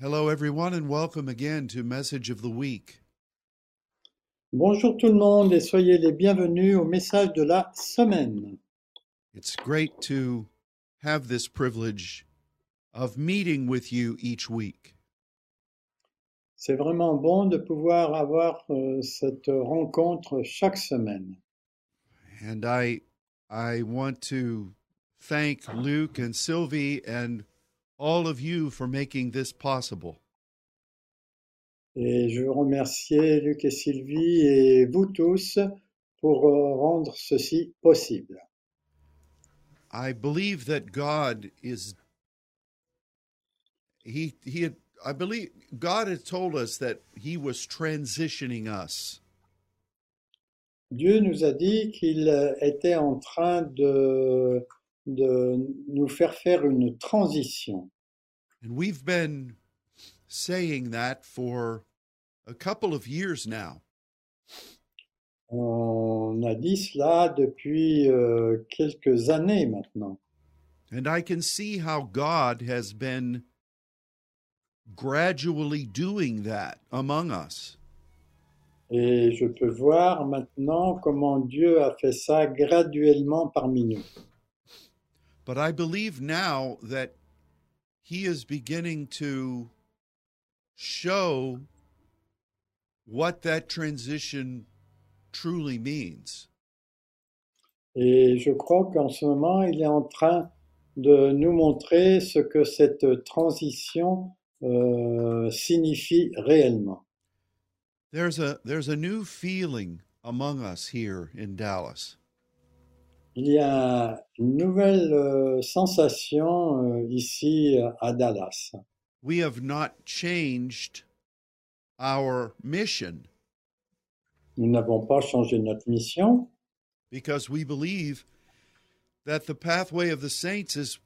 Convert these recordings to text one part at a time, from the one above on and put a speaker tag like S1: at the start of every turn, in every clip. S1: Hello, everyone, and welcome again to Message of the Week.
S2: Bonjour tout le monde et soyez les bienvenus au message de la semaine.
S1: It's great to have this privilege of meeting with you each week.
S2: C'est vraiment bon de pouvoir avoir euh, cette rencontre chaque semaine.
S1: And I, I want to thank Luke and Sylvie and all of you for making this possible.
S2: Et je veux remercier Luc et Sylvie et vous tous pour euh, rendre ceci possible.
S1: I believe that God is he he had, I believe God had told us that he was transitioning us
S2: Dieu nous a dit qu'il euh, était en train de, de nous faire faire une transition.
S1: and we've been saying that for a couple of years now
S2: On a dit cela depuis euh, quelques années maintenant.
S1: and I can see how God has been gradually doing that among us
S2: Et je peux voir maintenant comment Dieu a fait ça graduellement parmi nous.
S1: but I believe now that he is beginning to show what that transition truly means.
S2: Et je crois qu'en ce moment, il est en train de nous montrer ce que cette transition euh, signifie réellement.
S1: There's a there's a new feeling among us here in Dallas.
S2: Il y a une nouvelle euh, sensation euh, ici euh, à Dallas.
S1: We have not changed our mission
S2: Nous n'avons pas changé notre mission
S1: because we believe that the pathway of the saints is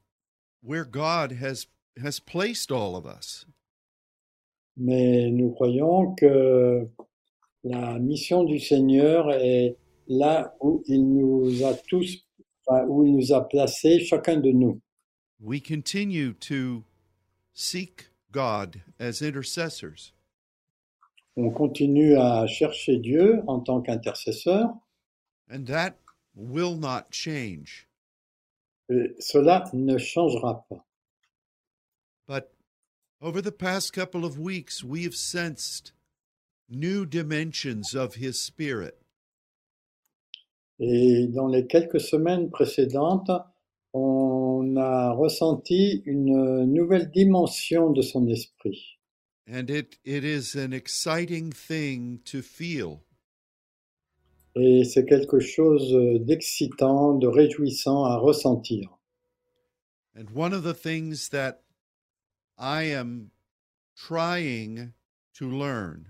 S1: where God has has placed all of us.
S2: Mais nous croyons que la mission du Seigneur est là où il nous a tous, enfin, où il nous a placés, chacun de nous.
S1: we continue to seek God as intercessors.
S2: On continue à chercher Dieu en tant qu'intercesseur,
S1: And that will not change.
S2: et cela ne changera pas.
S1: But over the past couple of weeks, we have sensed new dimensions of His Spirit.
S2: Et dans les quelques semaines précédentes, on a ressenti une nouvelle dimension de son esprit.
S1: And it, it is an exciting thing to feel.
S2: Et c'est quelque chose d'excitant, de réjouissant à ressentir.
S1: And one of the things that I am trying to learn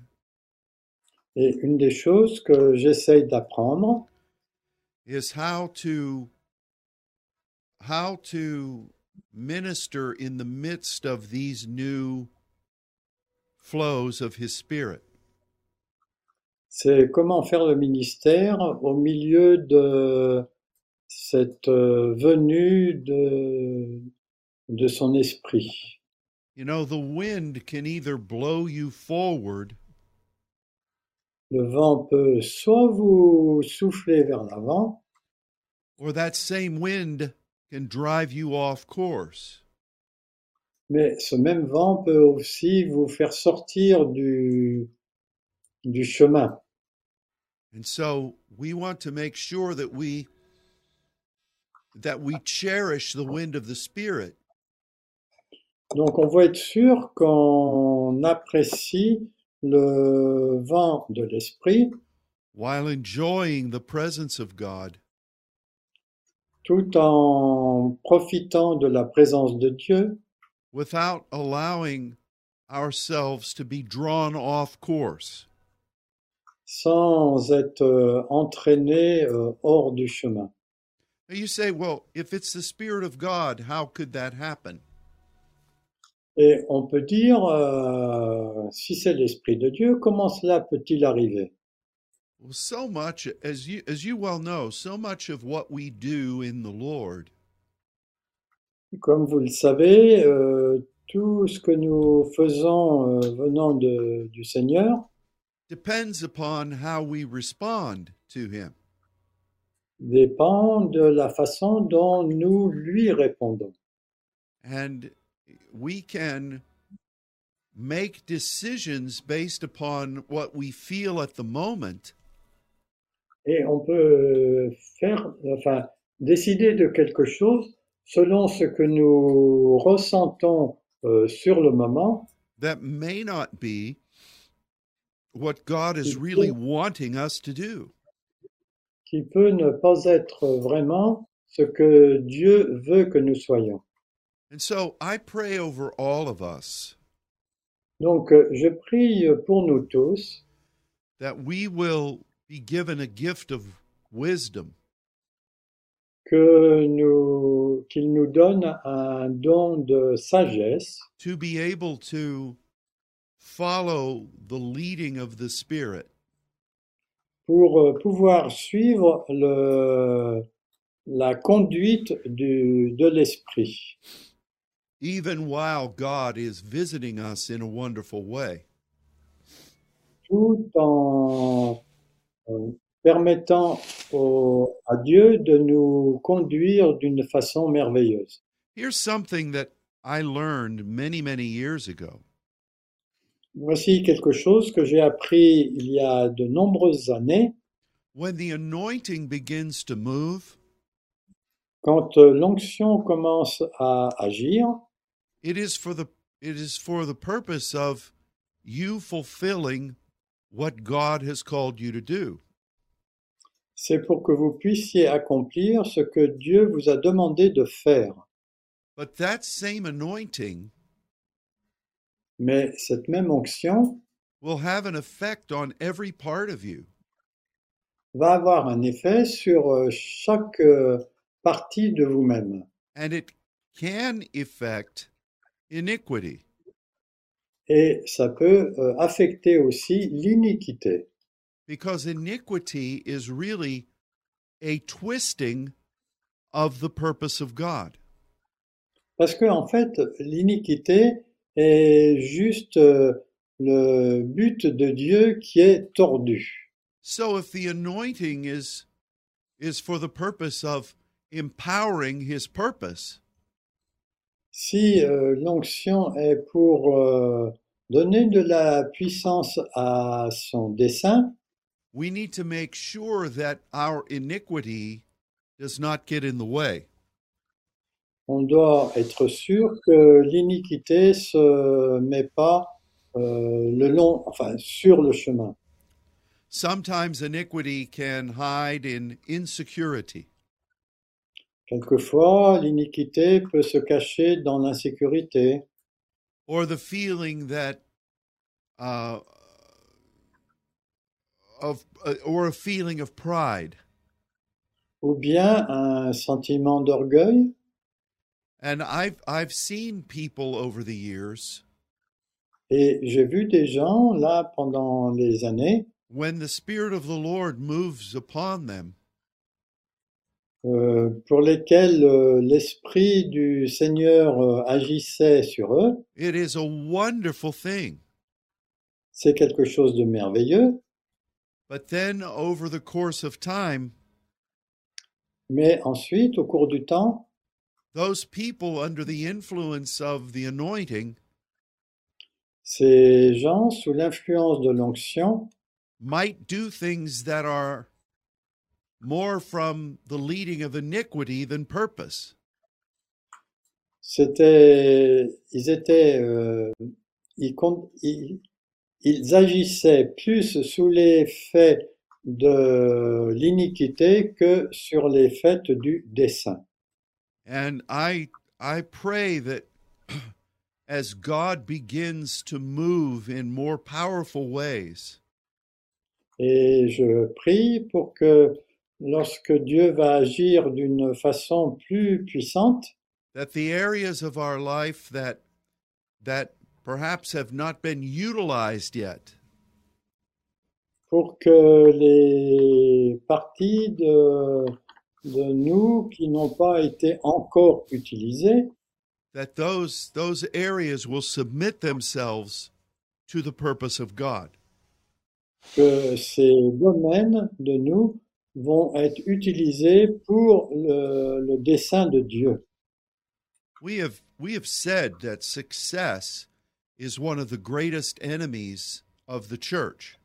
S2: Et une des choses que j'essaye d'apprendre,
S1: is how to how to minister in the midst of these new flows of his spirit
S2: c'est comment faire le ministère au milieu de cette euh, venue de, de son esprit.
S1: you know the wind can either blow you forward
S2: Le vent peut soit vous souffler vers l'avant,
S1: or that same wind can drive you off course
S2: mais ce même vent peut aussi vous faire sortir du, du chemin.
S1: and so we want to make sure that we that we cherish the wind of the spirit
S2: Donc on va être sûr qu'on apprécie le vent de l'esprit
S1: while enjoying the presence of god
S2: tout en profitant de la présence de Dieu
S1: without allowing ourselves to be drawn off course.
S2: sans être euh, entraîné euh, hors du chemin.
S1: Now you say, well, if it's the Spirit of God, how could that happen?
S2: Et on peut dire, euh, si c'est l'Esprit de Dieu, comment cela peut-il arriver
S1: Well, so much, as you, as you well know, so much of what we do in the Lord
S2: Comme vous le savez, euh, tout ce que nous faisons euh, venant de- du Seigneur
S1: depends upon how we respond to Him.
S2: dépend de la façon dont nous lui répondons.
S1: And we can make decisions based upon what we feel at the moment,
S2: Et on peut euh, faire, enfin, décider de quelque chose selon ce que nous ressentons euh, sur le moment,
S1: that may not be what God is really wanting us to do.
S2: qui peut ne pas être vraiment ce que Dieu veut que nous soyons.
S1: And so I pray over all of us
S2: Donc, euh, je prie pour nous tous
S1: that we will be given a gift of wisdom
S2: que nous, qu'il nous donne un don de sagesse
S1: to be able to follow the leading of the Spirit.
S2: pour euh, pouvoir suivre le, la conduite du, de l'esprit,
S1: even while God is visiting us in a wonderful way.
S2: tout en euh, permettant au- à Dieu de nous conduire d'une façon merveilleuse.
S1: Here's something that I learned many, many years ago.
S2: Voici quelque chose que j'ai appris il y a de nombreuses années.
S1: When the anointing begins to move,
S2: Quand euh, l'onction commence à agir,
S1: it is for the it is for the purpose of you fulfilling what God has called you to do.
S2: c'est pour que vous puissiez accomplir ce que Dieu vous a demandé de faire.
S1: But that same anointing
S2: Mais cette même onction,
S1: will have an effect on every part of you.
S2: va avoir un effet sur euh, chaque euh, partie de vous-même
S1: And it can affect iniquity.
S2: et ça peut euh, affecter aussi l'iniquité
S1: because iniquity is really a twisting of the purpose of God.
S2: parce que en fait l'iniquité est juste euh, le but de Dieu qui est tordu.
S1: So if the anointing is is for the purpose of empowering his purpose,
S2: Si euh, l'onction est pour euh, donner de la puissance à son dessein,
S1: we need to make sure that our iniquity does not get in the way.
S2: on doit être sûr que l'iniquité se met pas euh, le long, enfin sur le chemin.
S1: Sometimes iniquity can hide in insecurity.
S2: Quelquefois, l'iniquité peut se cacher dans l'insécurité
S1: or the feeling that uh, of uh, or a feeling of pride
S2: ou bien un sentiment d'orgueil.
S1: and i've i've seen people over the years
S2: Et j'ai vu des gens, là, pendant les années,
S1: when the spirit of the lord moves upon them
S2: euh, pour lesquels euh, l'Esprit du Seigneur euh, agissait sur eux.
S1: it is a wonderful thing
S2: C'est quelque chose de merveilleux,
S1: but then over the course of time
S2: mais ensuite, au cours du temps,
S1: those people under the influence of the anointing
S2: ces gens, sous l'influence de l'onction,
S1: might do things that are more from the leading of iniquity than purpose
S2: C'était, ils étaient, euh, ils, con- ils- ils agissaient plus sous les faits de l'iniquité que sur les faits du dessein.
S1: And I I pray that as God begins to move in more powerful ways,
S2: Et je prie pour que lorsque Dieu va agir d'une façon plus puissante,
S1: that the areas of our life that that perhaps have not been utilized yet
S2: pour que les parties de, de nous qui n'ont pas été encore utilisées
S1: that those those areas will submit themselves to the purpose of God.
S2: que ces domaines de nous vont être utilisés pour le, le dessein de Dieu.
S1: We have we have said that success is one of the greatest enemies of the church.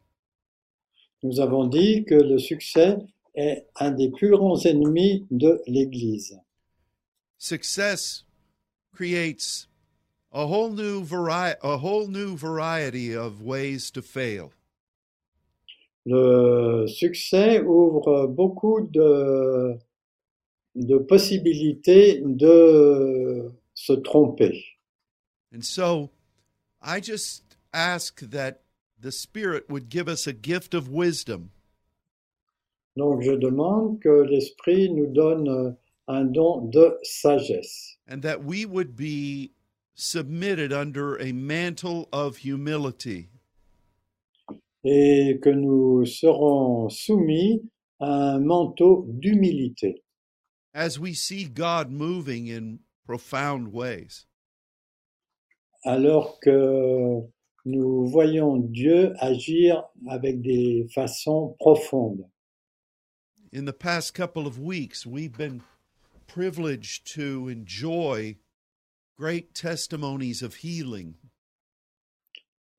S2: Nous avons dit que le succès est un des plus grands ennemis de l'Église.
S1: Success creates a whole new vari- a whole new variety of ways to fail.
S2: Le succès ouvre beaucoup de, de possibilités de se tromper.
S1: And so I just ask that the Spirit would give us a gift of wisdom
S2: Donc je demande que l'Esprit nous donne un don de sagesse
S1: and that we would be submitted under a mantle of humility
S2: et que nous serons soumis à un manteau d'humilité
S1: as we see God moving in profound ways.
S2: alors que nous voyons Dieu agir avec des façons profondes.
S1: In the past couple of weeks, we've been privileged to enjoy great testimonies of healing.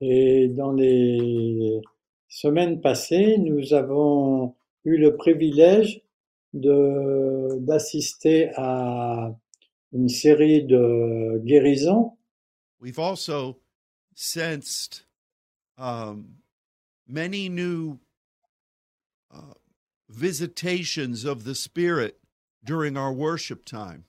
S2: Et dans les semaines passées, nous avons eu le privilège de- d'assister à une série de guérisons
S1: We've also sensed um, many new uh, visitations of the Spirit during our worship time.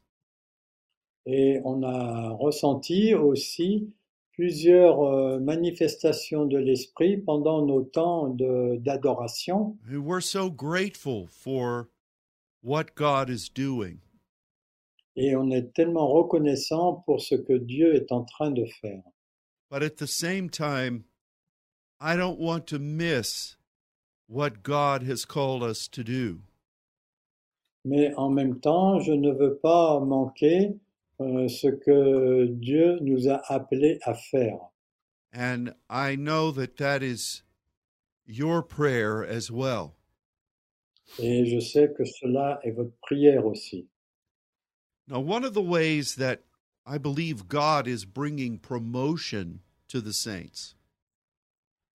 S2: et on a ressenti aussi plusieurs euh, manifestations de l'esprit pendant nos temps de- d'adoration.
S1: And we're so grateful for what God is doing.
S2: Et on est tellement reconnaissant pour ce que Dieu est en train de faire.
S1: But at the same time, I don't want to miss what God has called us to do.
S2: Mais en même temps, je ne veux pas manquer euh, ce que Dieu nous a appelés à faire.
S1: And I know that that is your prayer as well.
S2: Et je sais que cela est votre prière aussi.
S1: Now, one of the ways that I believe God is bringing promotion to the saints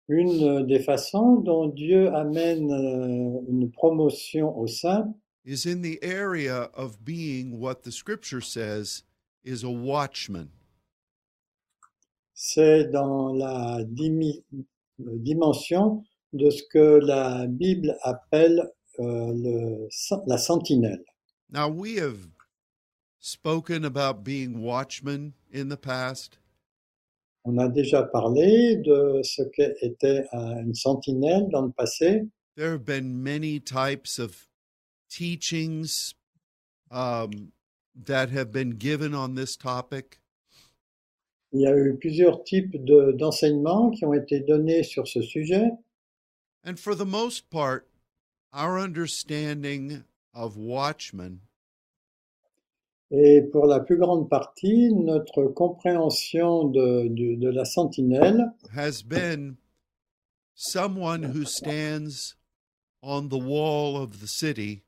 S2: Une des façons dont Dieu amène euh, une promotion au sein,
S1: is in the area of being what the scripture says is a watchman.
S2: c'est dans la dimi- euh, dimension de ce que la Bible appelle euh, le sen- la sentinelle.
S1: Now, we have spoken about being watchmen in the past,
S2: On a déjà parlé de ce qu'était euh, une sentinelle dans le passé.
S1: there have been many types of teachings um, that have been given on this topic.
S2: Il y a eu plusieurs types de- d'enseignements qui ont été donnés sur ce sujet.
S1: And for the most part, our understanding of watchmen
S2: Et pour la plus grande partie, notre compréhension de, de- de la sentinelle,
S1: has been someone who stands on the wall of the city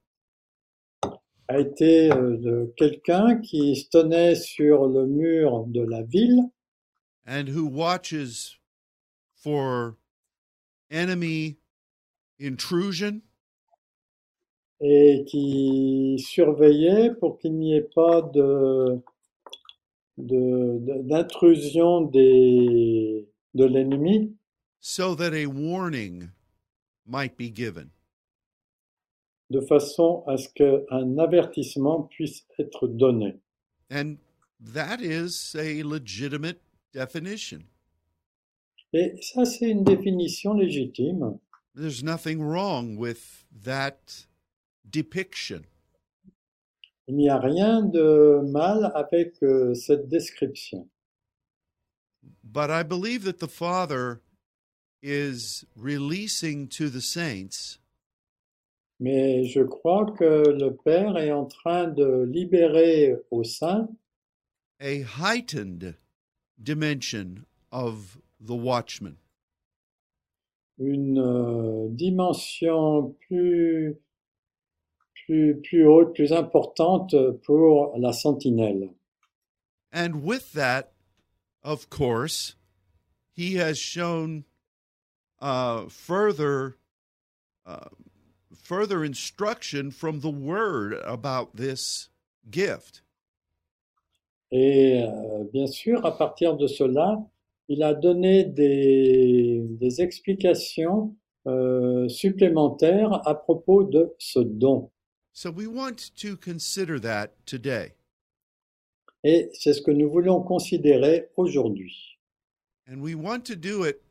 S2: a été euh, de quelqu'un qui se tenait sur le mur de la ville
S1: and who watches for enemy intrusion
S2: et qui surveillait pour qu'il n'y ait pas de, de- de- d'intrusion des- de l'ennemi.
S1: so that a warning might be given.
S2: de façon à ce qu'un avertissement puisse être donné.
S1: And that is a legitimate definition.
S2: Et ça, c'est une définition légitime.
S1: There's nothing wrong with that depiction.
S2: Il n'y a rien de mal avec euh, cette description.
S1: But I believe that the Father is releasing to the saints
S2: Mais je crois que le Père est en train de libérer au sein
S1: a heightened dimension of the watchman.
S2: une euh, dimension plus, plus, plus haute, plus importante pour la sentinelle.
S1: And with that, of course, he has shown uh, further uh, further instruction from the Word about this gift.
S2: Et euh, bien sûr, à partir de cela, il a donné des, des explications euh, supplémentaires à propos de ce don.
S1: So we want to consider that today,
S2: Et c'est ce que nous voulons considérer aujourd'hui.
S1: and we want to do it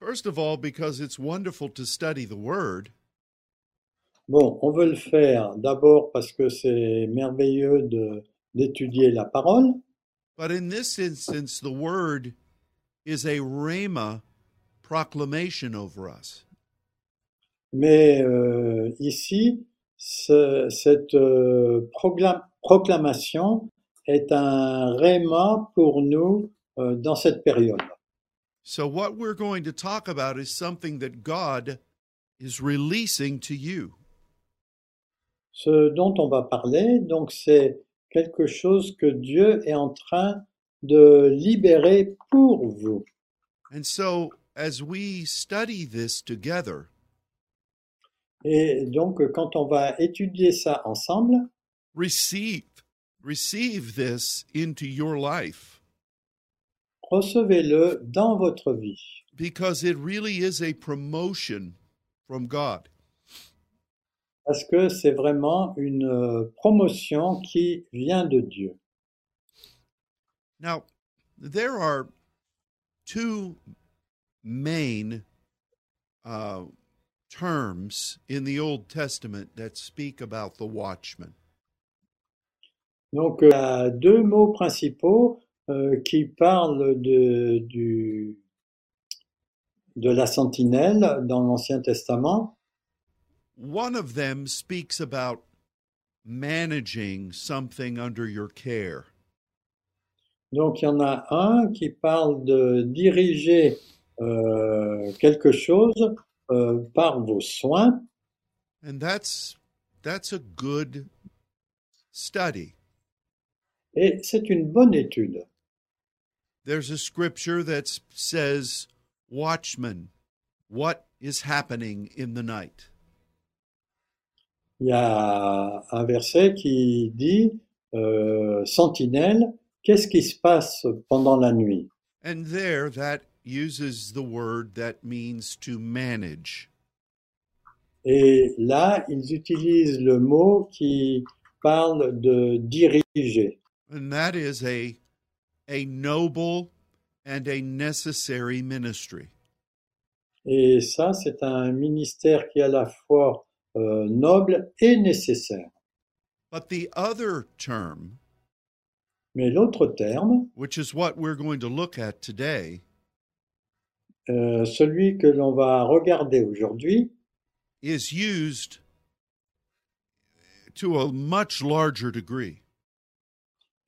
S1: first of all because it's wonderful to study the Word,
S2: Bon, on veut le faire d'abord parce que c'est merveilleux de- d'étudier la parole,
S1: but in this instance, the Word is a rhema proclamation over us.
S2: mais euh, ici, ce- cette euh, proclam- proclamation est un réma pour nous euh, dans cette période.
S1: So, what we're going to talk about is something that God is releasing to you.
S2: Ce dont on va parler, donc, c'est quelque chose que Dieu est en train de libérer pour vous.
S1: And so, as we study this together,
S2: Et donc, quand on va étudier ça ensemble,
S1: receive receive this into your life
S2: recevez-le dans votre vie,
S1: because it really is a promotion from God.
S2: parce que c'est vraiment une euh, promotion qui vient de Dieu.
S1: Now, there are two main uh, terms in the Old Testament that speak about the watchman.
S2: Donc, euh, il y a deux mots principaux euh, qui parlent de, du- de la sentinelle dans l'Ancien Testament.
S1: One of them speaks about managing something under your care.
S2: Donc, il y en a un qui parle de diriger euh, quelque chose euh, par vos soins,
S1: And that's that's a good study.
S2: et c'est une bonne étude.
S1: There's a scripture that s- says, Watchman, what is happening in the night?
S2: Il y a un verset qui dit euh, Sentinelle, qu'est-ce qui se passe pendant la nuit?
S1: And there, that uses the word that means to manage.
S2: Et là, ils utilisent le mot qui parle de diriger.
S1: And that is a, a noble and a necessary ministry.
S2: Et ça, c'est un ministère qui est à la fois euh, noble et nécessaire.
S1: But the other term,
S2: Mais l'autre terme,
S1: which is what we're going to look at today,
S2: euh, celui que l'on va regarder aujourd'hui,
S1: is used to a much larger degree.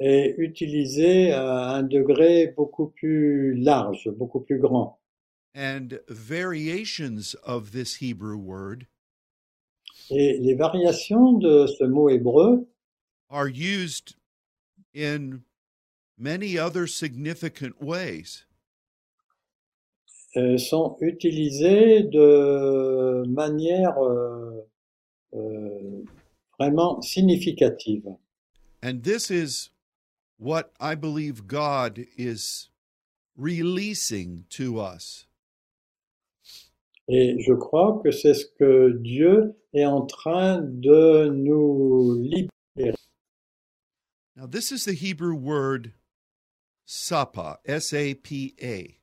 S2: est utilisé à un degré beaucoup plus large, beaucoup plus grand.
S1: and variations of this Hebrew word
S2: Et les variations de ce mot hébreu
S1: are used in many other significant ways.
S2: euh, sont utilisés de manière euh, euh, vraiment significative.
S1: And this is what I believe God is releasing to us.
S2: Et je crois que c'est ce que Dieu est en train de nous libérer.
S1: Now, this is the Hebrew word sapa, S A P A.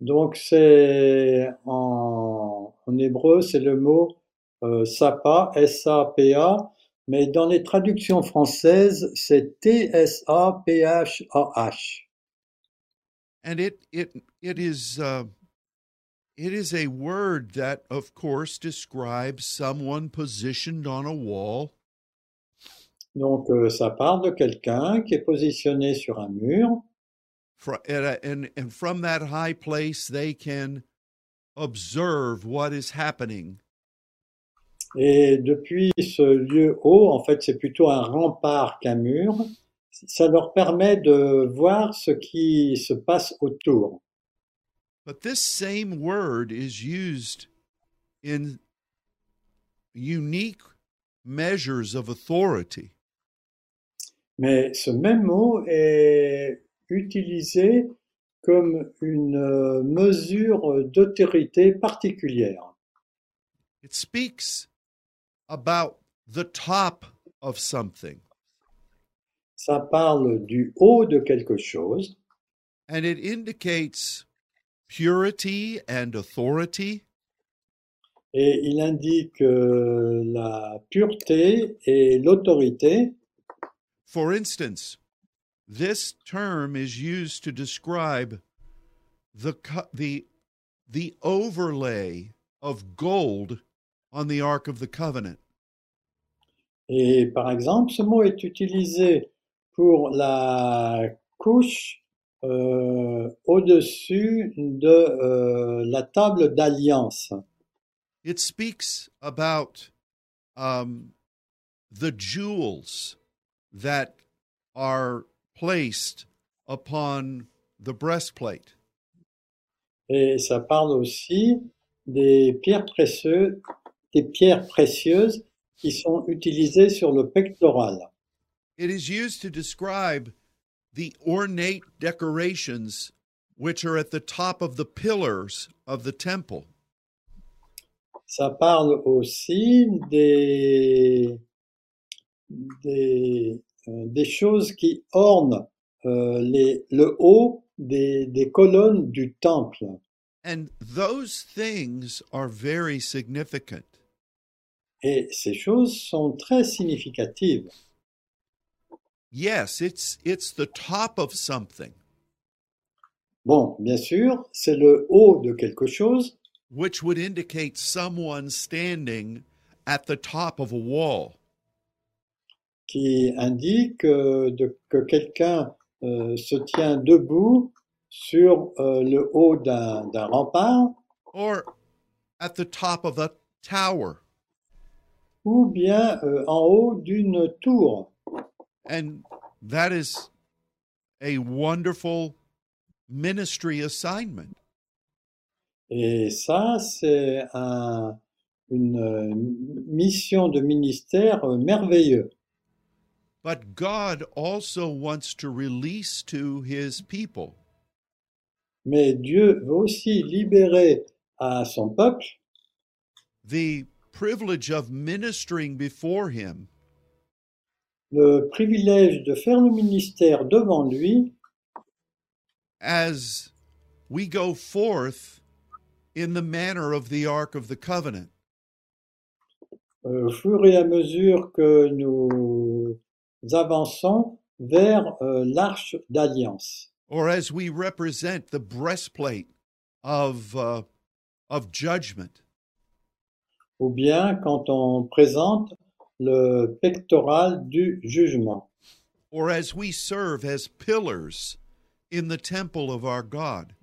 S2: Donc c'est en, en hébreu, c'est le mot euh, sapa, S-A-P-A, mais dans les traductions françaises, c'est T-S-A-P-H-A-H.
S1: And it, it, it, is, uh, it is a word that, of course, describes someone positioned on a wall
S2: Donc euh, ça part de quelqu'un qui est positionné sur un mur
S1: Fro- and, uh, and, and from that high place, they can observe what is happening.
S2: et depuis ce lieu haut, en fait c'est plutôt un rempart qu'un mur, ça leur permet de voir ce qui se passe autour.
S1: But this same word is used in unique measures of authority.
S2: Mais ce même mot est utilisé comme une euh, mesure d'autorité particulière.
S1: It speaks about the top of something,
S2: Ça parle du haut de quelque chose
S1: and it indicates purity and authority.
S2: et il indique euh, la pureté et l'autorité.
S1: For instance, this term is used to describe the co- the the overlay of gold on the ark of the covenant.
S2: Et par exemple, ce mot est utilisé pour la couche euh, au-dessus de euh, la table d'alliance.
S1: It speaks about um, the jewels that are placed upon the breastplate.
S2: Et ça parle aussi des pierres précieuses, des pierres précieuses qui sont utilisées sur le pectoral.
S1: It is used to describe the ornate decorations which are at the top of the pillars of the temple.
S2: Ça parle aussi des, des, euh, des choses qui ornent euh, les, le haut des, des colonnes du temple.
S1: And those things are very significant.
S2: Et ces choses sont très significatives.
S1: Yes, it's it's the top of something
S2: Bon, bien sûr, c'est le haut de quelque chose,
S1: which would indicate someone standing at the top of a wall.
S2: qui indique euh, de- que quelqu'un euh, se tient debout sur euh, le haut d'un d'un rempart
S1: or at the top of a tower.
S2: ou bien euh, en haut d'une tour.
S1: And that is a wonderful ministry assignment.
S2: Et ça, c'est un- une euh, mission de ministère euh, merveilleux.
S1: But God also wants to release to his people
S2: Mais Dieu veut aussi libérer à son peuple
S1: the privilege of ministering before him
S2: le privilège de faire le ministère devant lui
S1: as we go forth in the manner of the Ark of the Covenant.
S2: euh, au fur et à mesure que nous avançons vers euh, l'arche d'alliance
S1: or as we represent the breastplate of uh, of judgment.
S2: ou bien quand on présente le pectoral du jugement.
S1: or as we serve as pillars in the temple of our God.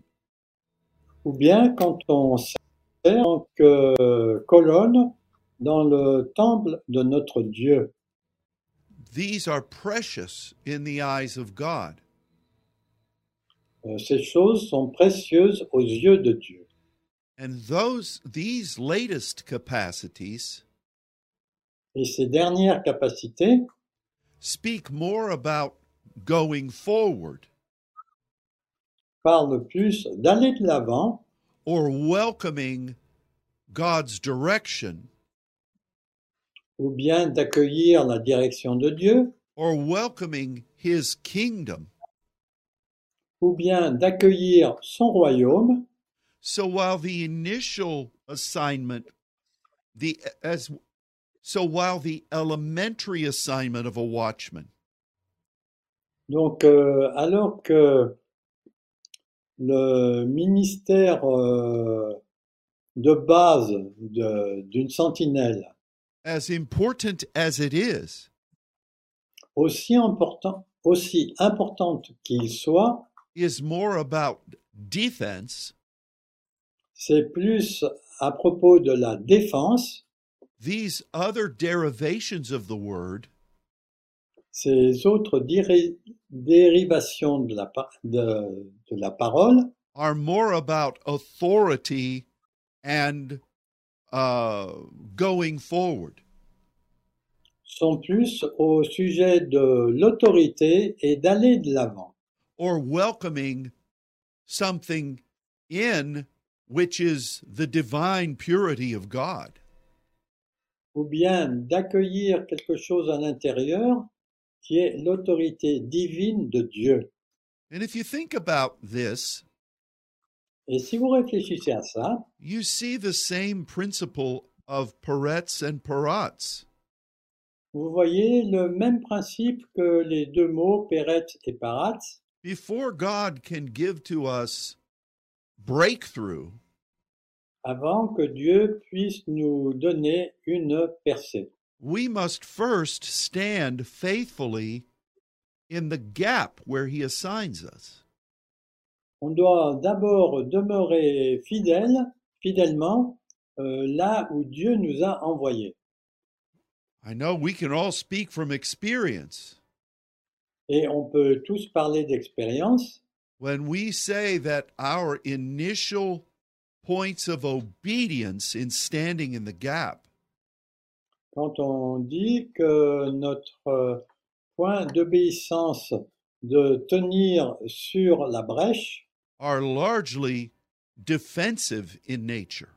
S2: ou bien quand on sert en que colonne dans le temple de notre Dieu.
S1: These are precious in the eyes of God.
S2: Euh, Ces choses sont précieuses aux yeux de Dieu.
S1: And those these latest capacities
S2: Et ces dernières capacités
S1: speak more about going forward
S2: parlent plus d'aller de l'avant
S1: or welcoming God's direction
S2: ou bien d'accueillir la direction de Dieu
S1: or welcoming his kingdom.
S2: ou bien d'accueillir son royaume.
S1: So while the initial assignment, the as so while the elementary assignment of a watchman
S2: Donc euh, alors que le ministère euh, de base de- d'une sentinelle
S1: as important as it is,
S2: aussi important, aussi importante qu'il soit,
S1: is more about defense.
S2: c'est plus à propos de la défense.
S1: These other derivations of the word
S2: Ces autres déré- dérivations de la, pa- de- de la parole
S1: are more about authority and uh, going forward.
S2: sont plus au sujet de l'autorité et d'aller de l'avant,
S1: or welcoming something in which is the divine purity of God.
S2: ou bien d'accueillir quelque chose à l'intérieur qui est l'autorité divine de Dieu.
S1: And if you think about this,
S2: Et si vous réfléchissez à ça,
S1: you see the same principle of parets and parats.
S2: Vous voyez le même principe que les deux mots Péret et Parat.
S1: Before God can give to us breakthrough,
S2: Avant que Dieu puisse nous donner une percée,
S1: we must first stand faithfully in the gap where He assigns us.
S2: on doit d'abord demeurer fidèle, fidèlement, euh, là où Dieu nous a envoyés.
S1: I know we can all speak from experience.
S2: Et on peut tous parler d'expérience.
S1: when we say that our initial points of obedience in standing in the gap
S2: quand on dit que notre euh, point d'obéissance de tenir sur la brèche
S1: are largely defensive in nature.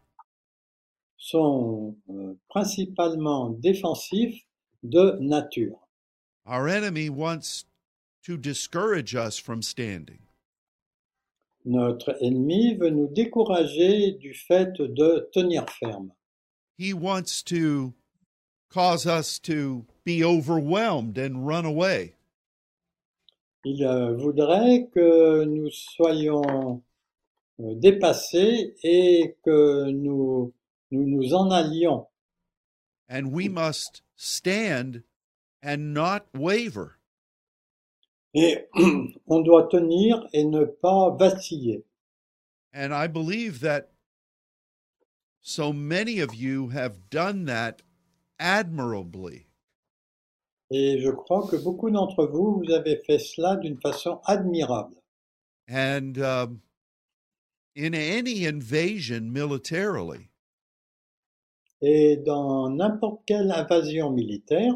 S2: sont euh, principalement défensifs de nature.
S1: Our enemy wants to discourage us from standing.
S2: Notre ennemi veut nous décourager du fait de tenir ferme.
S1: He wants to cause us to be overwhelmed and run away.
S2: Il euh, voudrait que nous soyons euh, dépassés et que nous nous, nous en allions.
S1: And we must stand and not waver.
S2: Et on doit tenir et ne pas vaciller.
S1: And I believe that so many of you have done that admirably.
S2: Et je crois que beaucoup d'entre vous, vous avez fait cela d'une façon admirable.
S1: And um, in any invasion militarily,
S2: Et dans n'importe quelle invasion militaire,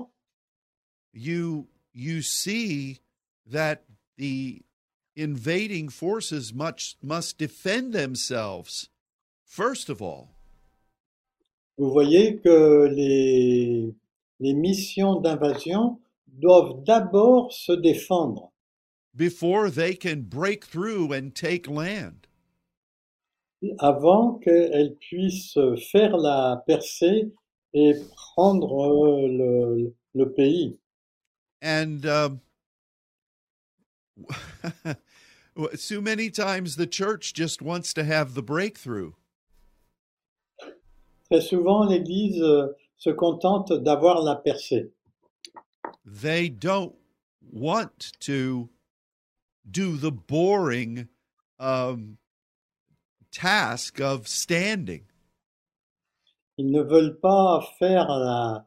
S1: you you see that the invading forces much must defend themselves first of all.
S2: Vous voyez que les, les missions d'invasion doivent d'abord se défendre
S1: Before they can break through and take land,
S2: avant qu'elles puissent faire la percée et prendre euh, le, le pays.
S1: and um, so many times the church just wants to have the breakthrough
S2: Très souvent, l'Église euh, se contente d'avoir la percée.
S1: they don't want to do the boring um, task of standing
S2: Ils ne veulent pas faire la,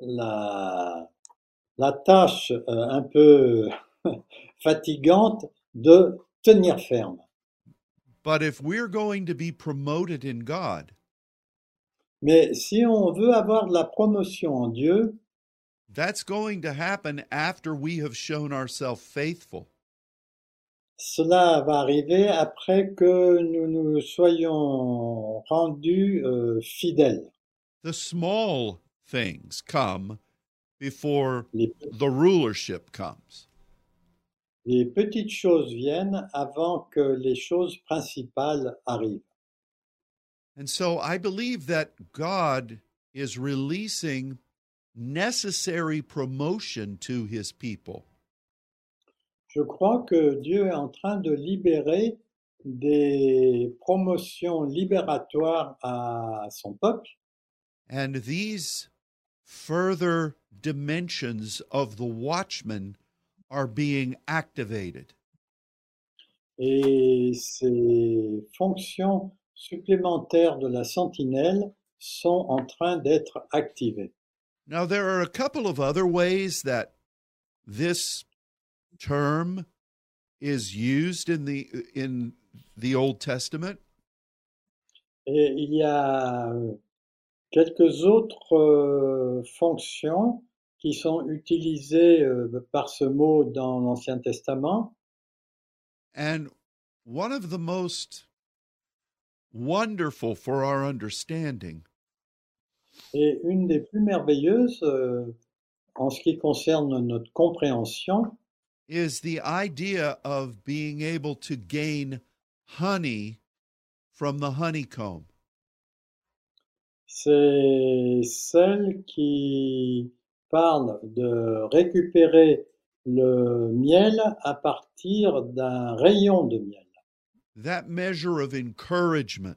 S2: la, la tâche euh, un peu fatigante de tenir ferme.
S1: but if we're going to be promoted in god
S2: Mais si on veut avoir de la promotion en Dieu,
S1: that's going to happen after we have shown ourselves faithful
S2: cela va arriver après que nous nous soyons rendus euh, fidèles.
S1: the small things come before
S2: Les,
S1: the rulership comes
S2: les petites choses viennent avant que les choses principales arrivent.
S1: And so I believe that God is releasing necessary promotion to his people.
S2: Je crois que Dieu est en train de libérer des promotions libératoires à son peuple
S1: And these further dimensions of the watchman are being activated.
S2: et ces fonctions supplémentaires de la sentinelle sont en train d'être activées.
S1: Now, there are a couple of other ways that this term is used in the in the Old Testament.
S2: Et il y a euh, quelques autres euh, fonctions qui sont utilisées euh, par ce mot dans l'Ancien Testament.
S1: And one of the most wonderful for our understanding
S2: Et une des plus merveilleuses euh, en ce qui concerne notre compréhension,
S1: is the idea of being able to gain honey from the honeycomb.
S2: c'est celle qui parle de récupérer le miel à partir d'un rayon de miel.
S1: That measure of encouragement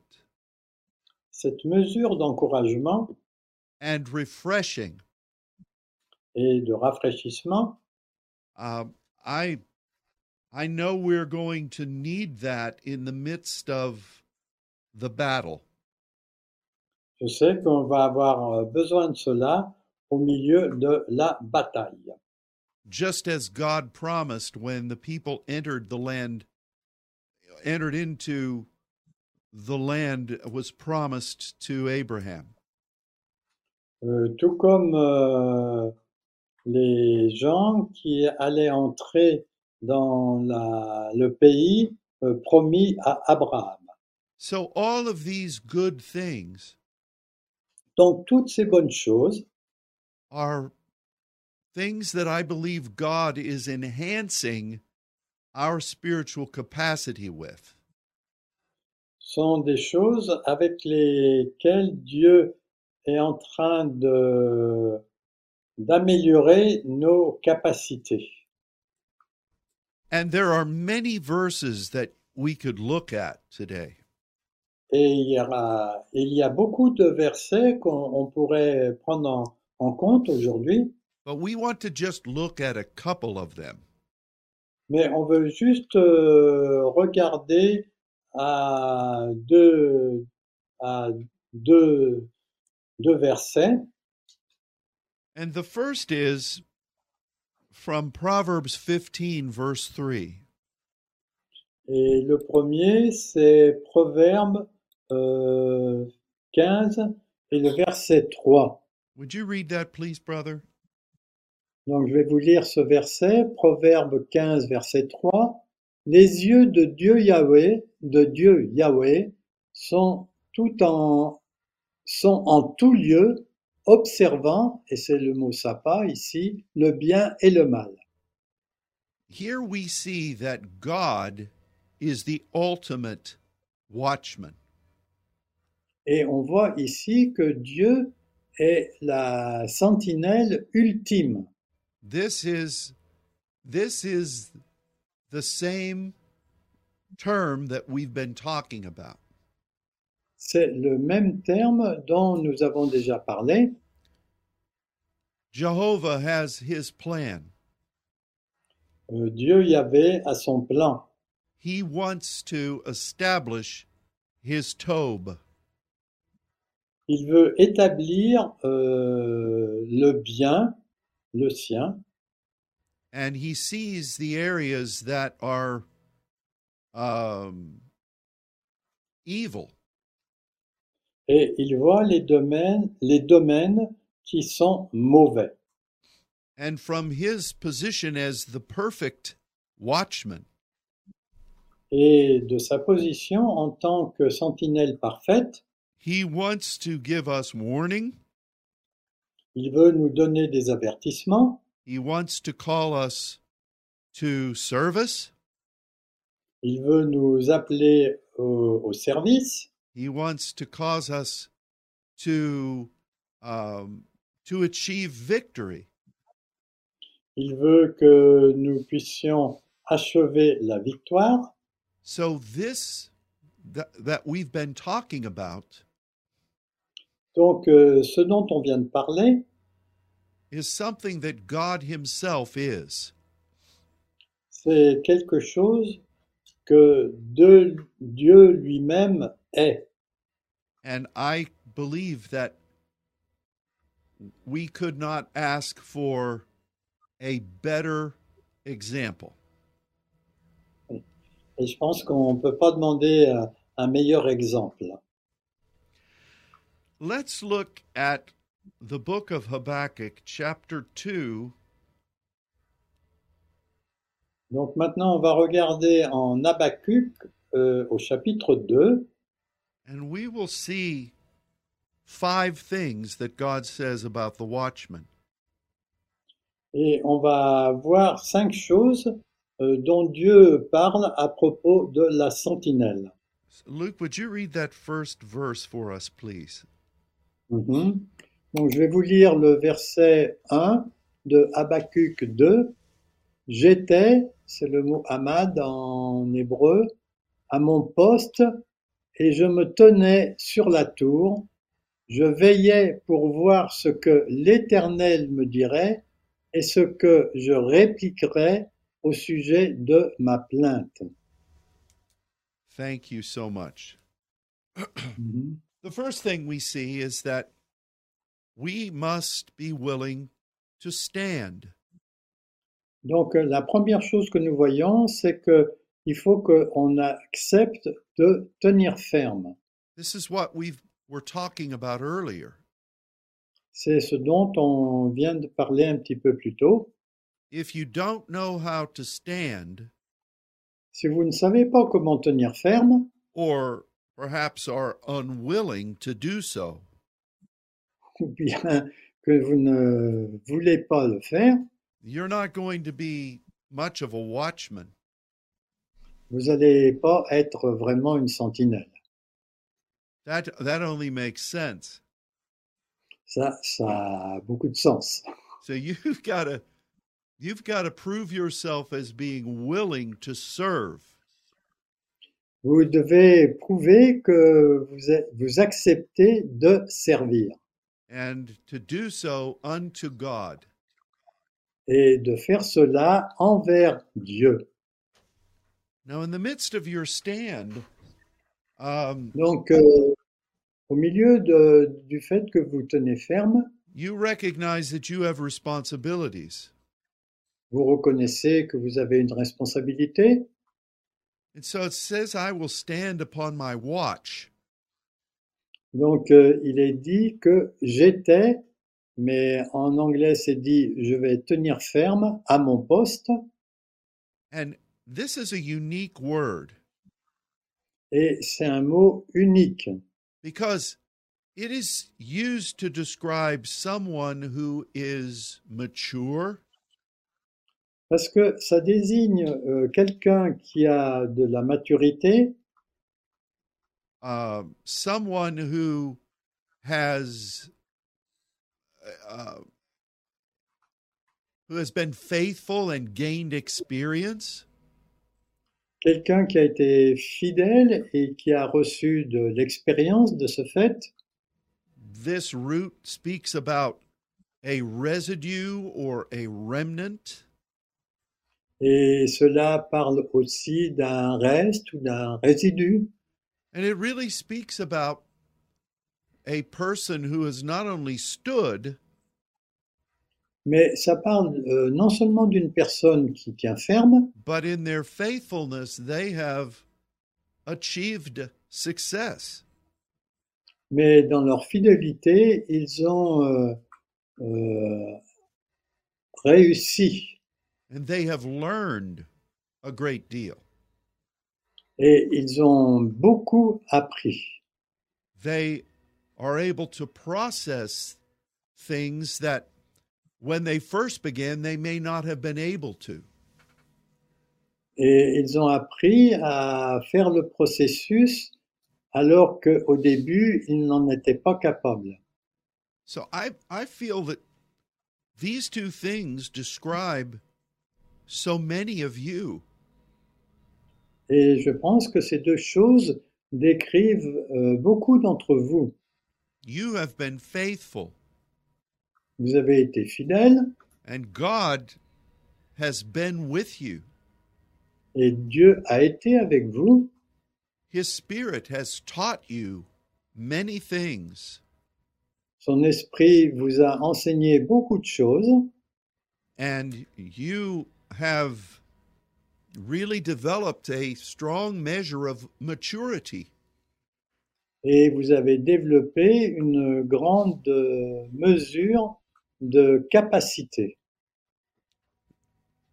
S2: Cette mesure d'encouragement
S1: and refreshing.
S2: et de rafraîchissement,
S1: Um, I, I know we're going to need that in the midst of the battle.
S2: je sais qu'on va avoir euh, besoin de cela au milieu de la bataille.
S1: just as God promised when the people entered the land, entered into the land was promised to Abraham.
S2: Euh, tout comme euh, les gens qui allaient entrer dans la- le pays euh, promis à Abraham.
S1: So, all of these good things
S2: Donc toutes ces bonnes choses
S1: are things that I believe God is enhancing our spiritual capacity with.
S2: sont des choses avec lesquelles Dieu est en train de d'améliorer nos capacités.
S1: And there are many verses that we could look at today.
S2: Et il y aura- il y a beaucoup de versets qu'on on pourrait prendre en- en compte aujourd'hui.
S1: But we want to just look at a couple of them.
S2: Mais on veut juste euh, regarder à deux, à deux, deux versets.
S1: And the first is from Proverbs 15, verse 3.
S2: Et le premier, c'est Proverbe euh, 15 et le verset 3.
S1: Would you read that, please, brother?
S2: Donc je vais vous lire ce verset, Proverbe 15, verset 3. Les yeux de Dieu Yahweh, de Dieu Yahweh, sont tout en, sont en tout lieu, observant, et c'est le mot sapa ici, le bien et le mal.
S1: Here we see that God is the ultimate watchman.
S2: Et on voit ici que Dieu est la sentinelle ultime.
S1: This is this is the same term that we've been talking about.
S2: C'est le même terme dont nous avons déjà parlé.
S1: Jehovah has his plan.
S2: Euh, Dieu Yahvé a son plan.
S1: He wants to establish his tobe.
S2: Il veut établir euh, le bien, le sien,
S1: and he sees the areas that are um, evil
S2: et il voit les domaines, les domaines qui sont mauvais.
S1: and from his position as the perfect watchman
S2: Et de sa position en tant que sentinelle parfaite,
S1: he wants to give us warning
S2: il veut nous donner des avertissements,
S1: he wants to call us to service
S2: il veut nous appeler au, au service,
S1: he wants to cause us to um, to achieve victory
S2: il veut que nous puissions achever la victoire.
S1: so this th- that we've been talking about
S2: Donc, euh, ce dont on vient de parler,
S1: is something that God Himself is.
S2: C'est quelque chose que de- Dieu lui-même est.
S1: And I believe that we could not ask for a better example.
S2: Et je pense qu'on ne peut pas demander un, un meilleur exemple.
S1: Let's look at the book of Habakkuk, chapter 2,
S2: Donc maintenant, on va regarder en Habacuc euh, au chapitre 2
S1: and we will see five things that God says about the watchman.
S2: et on va voir cinq choses euh, dont Dieu parle à propos de la sentinelle.
S1: Luke, would you read that first verse for us, please?
S2: Mhm. Donc, je vais vous lire le verset 1 de Habacuc 2. J'étais, c'est le mot Hamad en hébreu, à mon poste et je me tenais sur la tour. Je veillais pour voir ce que l'Éternel me dirait et ce que je répliquerais au sujet de ma plainte.
S1: Thank you so much.
S2: Mhm.
S1: The first thing we see is that we must be willing to stand.
S2: Donc, euh, la première chose que nous voyons, c'est que il faut qu'on accepte de tenir ferme.
S1: This is what we were talking about earlier.
S2: C'est ce dont on vient de parler un petit peu plus tôt.
S1: If you don't know how to stand,
S2: Si vous ne savez pas comment tenir ferme,
S1: or perhaps are unwilling to do so,
S2: ou bien que vous ne voulez pas le faire,
S1: you're not going to be much of a watchman.
S2: vous n'allez pas être vraiment une sentinelle.
S1: That that only makes sense.
S2: Ça, ça a beaucoup de sens.
S1: So you've got to you've got to prove yourself as being willing to serve.
S2: Vous devez prouver que vous, êtes- vous acceptez de servir
S1: and to do so unto God.
S2: et de faire cela envers Dieu.
S1: Now, in the midst of your stand, um,
S2: Donc, euh, au milieu de- du fait que vous tenez ferme,
S1: you recognize that you have responsibilities.
S2: vous reconnaissez que vous avez une responsabilité.
S1: And so it says, I will stand upon my watch.
S2: Donc, euh, il est dit que j'étais, mais en anglais, c'est dit je vais tenir ferme à mon poste.
S1: And this is a unique word
S2: Et c'est un mot unique,
S1: because it is used to describe someone who is mature,
S2: parce que ça désigne euh, quelqu'un qui a de la maturité,
S1: um, someone who has. Uh, who has been faithful and gained experience,
S2: quelqu'un qui a été fidèle et qui a reçu de l'expérience de ce fait.
S1: this root speaks about a residue or a remnant.
S2: Et cela parle aussi d'un reste ou d'un résidu.
S1: And it really speaks about a person who has not only stood,
S2: Mais ça parle euh, non seulement d'une personne qui tient ferme,
S1: but in their faithfulness, they have achieved success.
S2: mais dans leur fidélité, ils ont euh, euh, réussi
S1: And they have learned a great deal.
S2: et ils ont beaucoup appris.
S1: They are able to process things that when they first began, they may not have been able to.
S2: Et ils ont appris à faire le processus alors qu'au début, ils n'en étaient pas capables.
S1: So I I feel that these two things describe so many of you.
S2: Et je pense que ces deux choses décrivent euh, beaucoup d'entre vous.
S1: You have been faithful.
S2: Vous avez été fidèle
S1: and God has been with you.
S2: et Dieu a été avec vous.
S1: His Spirit has taught you many things,
S2: Son esprit vous a enseigné beaucoup de choses
S1: and you have really developed a strong measure of maturity.
S2: et vous avez développé une grande euh, mesure de capacité.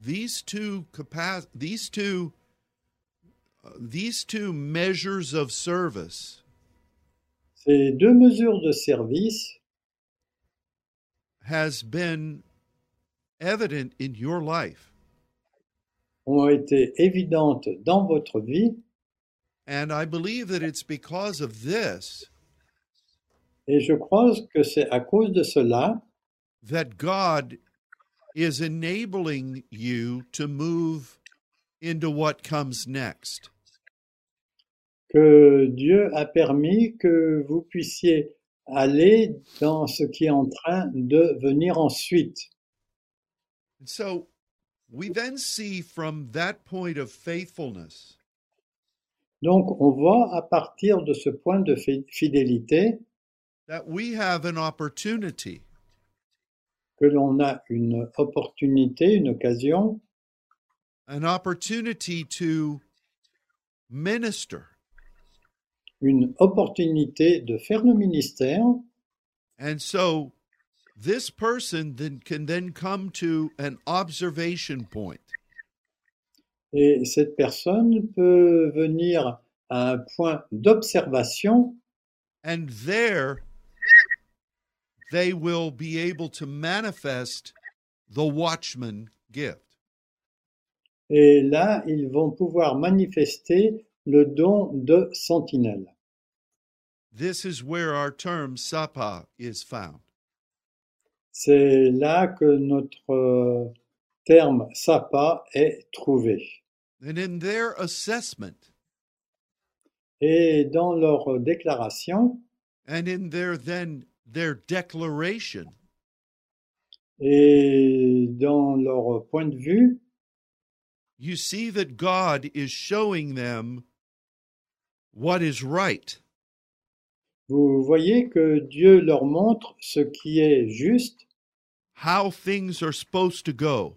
S1: These two capa- these two uh, these two measures of service
S2: Ces deux mesures de service
S1: has been evident in your life,
S2: ont été évidentes dans votre vie
S1: and I believe that it's because of this
S2: et je crois que c'est à cause de cela
S1: that God is enabling you to move into what comes next.
S2: que Dieu a permis que vous puissiez aller dans ce qui est en train de venir ensuite.
S1: And so we then see from that point of faithfulness
S2: Donc on voit à partir de ce point de fi- fidélité
S1: that we have an opportunity
S2: que l'on a une opportunité, une occasion,
S1: an opportunity to minister
S2: une opportunité de faire le ministère.
S1: And so this person then can then come to an observation point.
S2: Et cette personne peut venir à un point d'observation
S1: And there they will be able to manifest the watchman gift.
S2: et là, ils vont pouvoir manifester le don de sentinelle.
S1: This is where our term sapa is found.
S2: C'est là que notre euh, terme sapa est trouvé.
S1: And in their assessment
S2: Et dans leur déclaration
S1: and in their then their declaration,
S2: et dans leur point de vue,
S1: you see that God is showing them what is right.
S2: vous voyez que Dieu leur montre ce qui est juste,
S1: how things are supposed to go.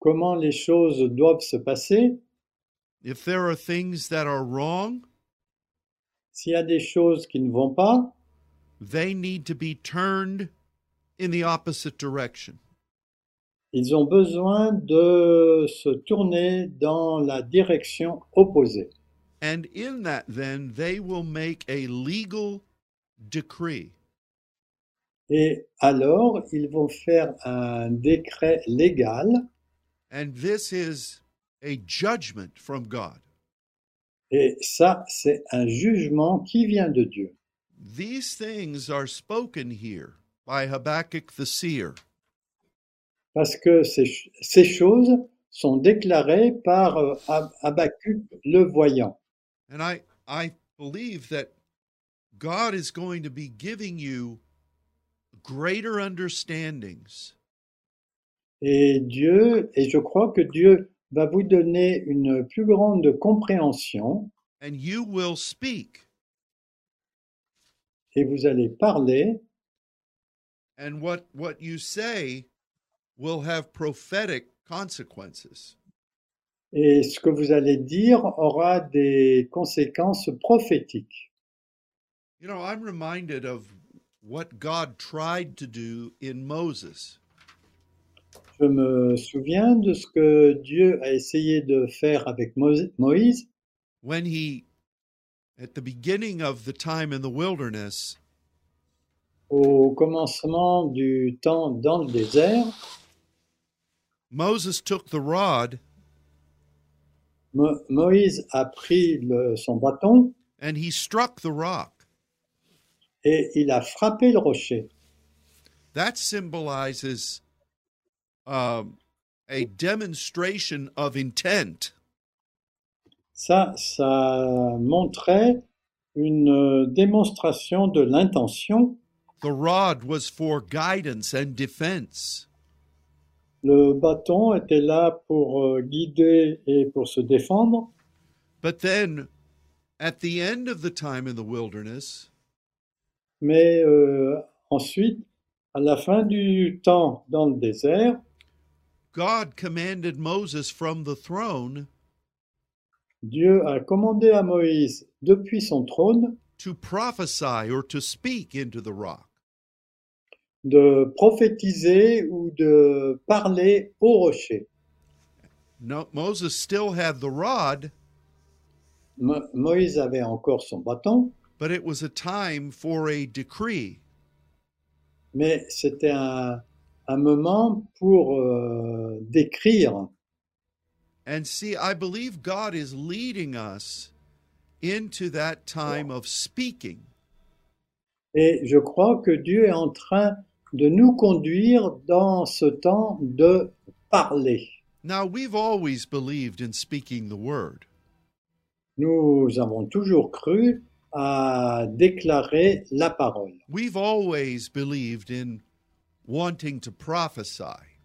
S2: comment les choses doivent se passer.
S1: If there are things that are wrong,
S2: S'il y a des choses qui ne vont pas,
S1: they need to be turned in the opposite direction.
S2: ils ont besoin de se tourner dans la direction opposée.
S1: And in that, then, they will make a legal decree.
S2: Et alors, ils vont faire un décret légal
S1: And this is a judgment from God.
S2: Et ça, c'est un jugement qui vient de Dieu.
S1: These things are spoken here by Habakkuk the seer.
S2: Parce que ces, ch- ces choses sont déclarées par euh, Hab- Habakkuk le voyant.
S1: And I, I believe that God is going to be giving you greater understandings
S2: Et Dieu, et je crois que Dieu va vous donner une plus grande compréhension
S1: and you will speak.
S2: et vous allez parler
S1: And what, what you say will have prophetic consequences.
S2: et ce que vous allez dire aura des conséquences prophétiques.
S1: You know, I'm reminded of what God tried to do in Moses.
S2: Je me souviens de ce que Dieu a essayé de faire avec Moïse- Moïse
S1: When he, at the beginning of the time in the wilderness,
S2: au commencement du temps dans le désert.
S1: Moses took the rod
S2: Mo- Moïse a pris le- son bâton
S1: and he struck the rock.
S2: et il a frappé le rocher.
S1: That symbolizes um, a demonstration of intent.
S2: Ça, ça montrait une euh, démonstration de l'intention
S1: The rod was for guidance and defense.
S2: Le bâton était là pour euh, guider et pour se défendre,
S1: But then, at the end of the time in the wilderness,
S2: mais euh, ensuite, à la fin du temps dans le désert,
S1: God commanded Moses from the throne
S2: Dieu a commandé à Moïse depuis son trône
S1: to prophesy or to speak into the rock.
S2: de prophétiser ou de parler au rocher.
S1: No, Moses still had the rod,
S2: Mo- Moïse avait encore son bâton,
S1: but it was a time for a decree.
S2: mais c'était un, un moment pour euh, décrire.
S1: And see, I believe God is leading us into that time of speaking.
S2: Et je crois que Dieu est en train de nous conduire dans ce temps de parler.
S1: Now, we've always believed in speaking the word,
S2: Nous avons toujours cru à déclarer la parole.
S1: we've always believed in wanting to prophesy.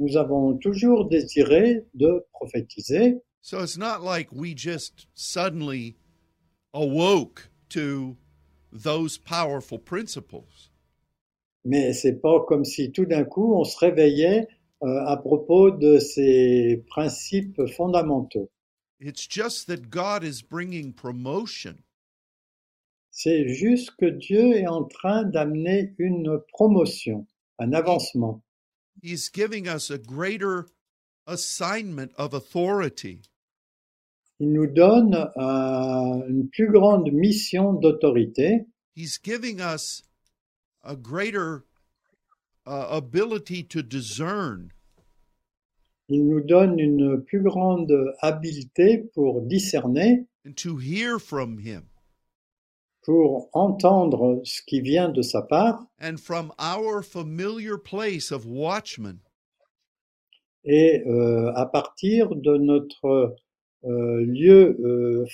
S2: Nous avons toujours désiré de prophétiser.
S1: So it's not like we just suddenly awoke to those powerful principles.
S2: Mais c'est pas comme si tout d'un coup on se réveillait euh, à propos de ces principes fondamentaux.
S1: It's just that God is bringing promotion
S2: C'est juste que Dieu est en train d'amener une promotion, un avancement.
S1: He's giving us a greater assignment of authority.
S2: Il nous donne euh, une plus grande mission d'autorité.
S1: He's giving us a greater uh, ability to discern.
S2: Il nous donne une plus grande habileté pour discerner,
S1: And to hear from him
S2: pour entendre ce qui vient de sa part
S1: and from our familiar place of watchman,
S2: et euh, à partir de notre euh, lieu euh,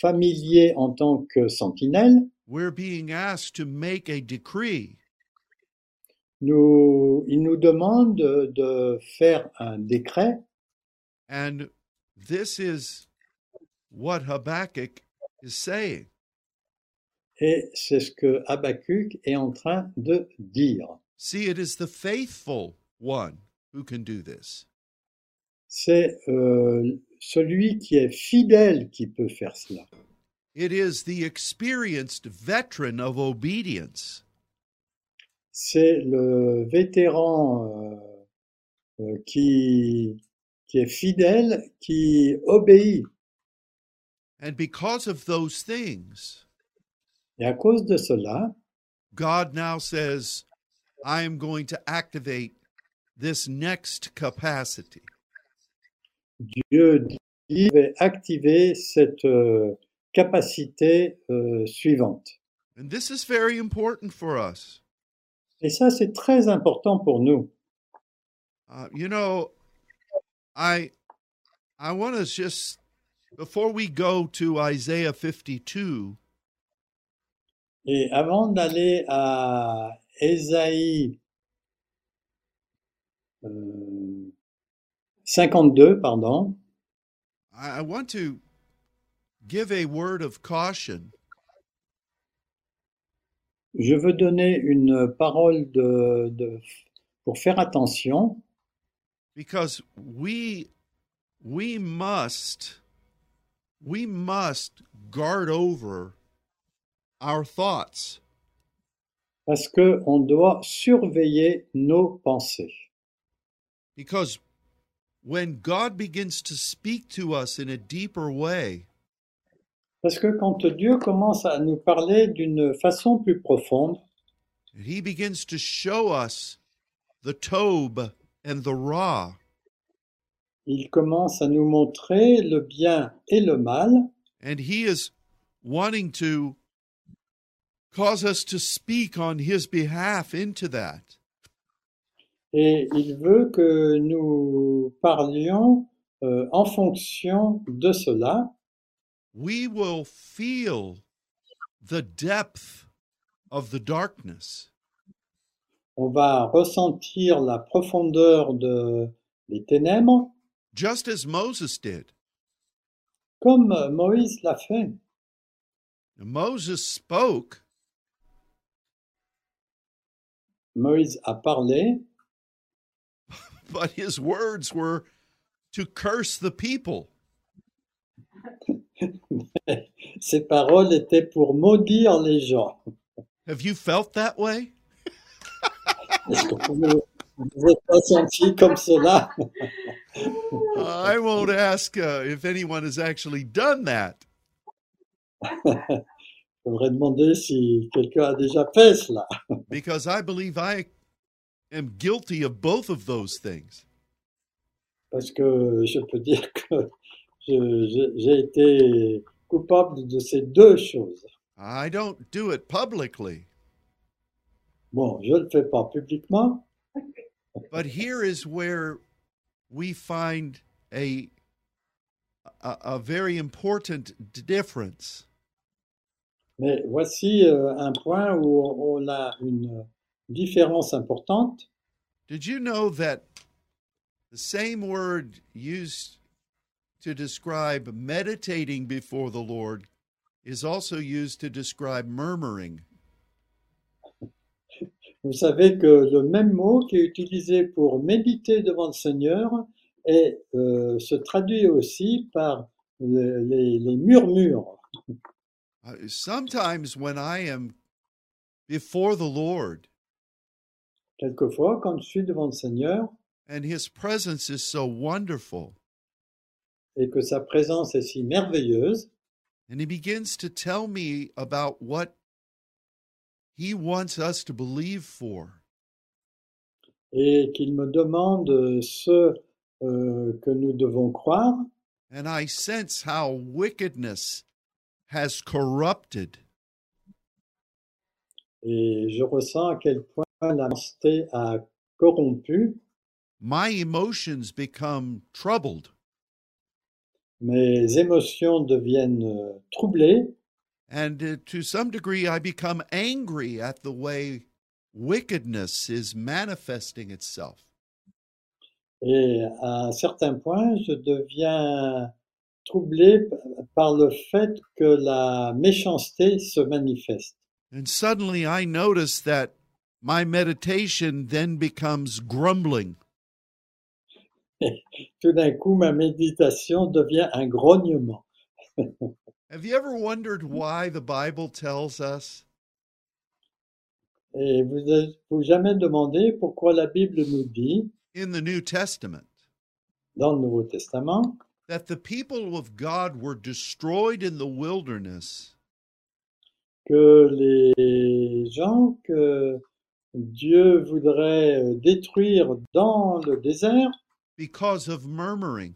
S2: familier en tant que sentinelle,
S1: we're being asked to make a decree
S2: nous, il nous demande de faire un décret
S1: And this is what Habakkuk is saying.
S2: et c'est ce que Habakkuk est en train de dire.
S1: See, it is the faithful one who can do this.
S2: C'est euh, celui qui est fidèle qui peut faire cela.
S1: It is the experienced veteran of obedience.
S2: C'est le vétéran euh, euh, qui, qui est fidèle, qui obéit.
S1: And because of those things,
S2: Et à cause de cela,
S1: God now says, I am going to activate this next capacity.
S2: Dieu dit, je vais activer cette euh, capacité euh, suivante.
S1: And this is very important for us.
S2: Et ça, c'est très important pour nous.
S1: Uh, you know, I I want to just before we go to Isaiah 52,
S2: Et avant d'aller à Ésaïe euh, 52, pardon,
S1: I, I want to give a word of caution
S2: je veux donner une parole de, de- pour faire attention
S1: because we we must we must guard over our thoughts.
S2: parce que on doit surveiller nos pensées.
S1: Because when God begins to speak to us in a deeper way,
S2: Parce que quand Dieu commence à nous parler d'une façon plus profonde,
S1: And he begins to show us the Tob and the Ra,
S2: il commence à nous montrer le bien et le mal,
S1: and he is wanting to cause us to speak on his behalf into that.
S2: Et il veut que nous parlions euh, en fonction de cela.
S1: We will feel the depth of the darkness.
S2: On va ressentir la profondeur de, des ténèbres
S1: just as Moses did.
S2: comme Moïse l'a fait.
S1: Moses spoke,
S2: Moïse a parlé,
S1: but his words were to curse the people.
S2: ses paroles étaient pour maudire les gens.
S1: Have you felt that way?
S2: Est-ce que vous vous êtes pas senti comme cela
S1: Uh, I won't ask uh, if anyone has actually done that,
S2: Je voudrais demander si quelqu'un a déjà fait cela.
S1: because I believe I am guilty of both of those things.
S2: Parce que je peux dire que je- je- j'ai été coupable de ces deux choses.
S1: I don't do it publicly,
S2: Bon, je ne le fais pas publiquement,
S1: but here is where we find a a, a very important d- difference.
S2: mais voici euh, un point où on a une différence importante.
S1: Did you know that the same word used to describe meditating before the Lord is also used to describe murmuring?
S2: Vous savez que le même mot qui est utilisé pour méditer devant le Seigneur est, euh, se traduit aussi par le- les, les murmures.
S1: Uh, Sometimes when I am before the Lord
S2: Quelquefois, quand je suis devant le Seigneur
S1: and his presence is so wonderful
S2: et que sa présence est si merveilleuse,
S1: and he begins to tell me about what he wants us to believe for,
S2: et qu'il me demande ce euh, que nous devons croire,
S1: and I sense how wickedness has corrupted
S2: et je ressens à quel point la méchanceté a corrompu
S1: my emotions become troubled
S2: mes émotions deviennent euh, troublées
S1: and uh, to some degree i become angry at the way wickedness is manifesting itself
S2: et à un certain point, je deviens troublé par le fait que la méchanceté se manifeste.
S1: and suddenly i notice that my meditation then becomes grumbling
S2: Tout d'un coup, ma méditation devient un grognement.
S1: have you ever wondered why the bible tells us
S2: Et vous ne vous jamais demandé pourquoi la Bible nous dit,
S1: in the new testament
S2: dans le Nouveau Testament,
S1: that the people of god were destroyed in the wilderness
S2: que les gens que Dieu voudrait euh, détruire dans le désert
S1: because of murmuring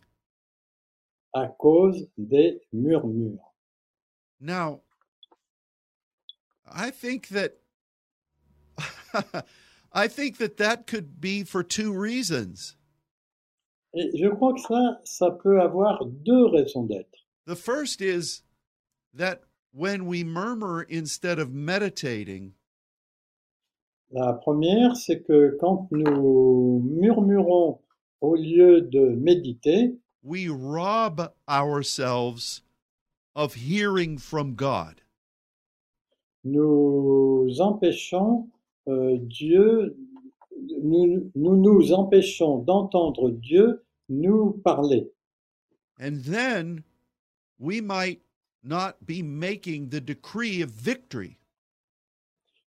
S2: à cause des murmures.
S1: Now, I think that I think that that could be for two reasons.
S2: Et je crois que ça, ça peut avoir deux raisons d'être.
S1: The first is that when we murmur instead of meditating,
S2: La première, c'est que quand nous murmurons au lieu de méditer,
S1: we rob ourselves of hearing from God.
S2: nous empêchons euh, Dieu, nous nous, nous empêchons d'entendre Dieu nous parler.
S1: And then we might not be making the decree of victory.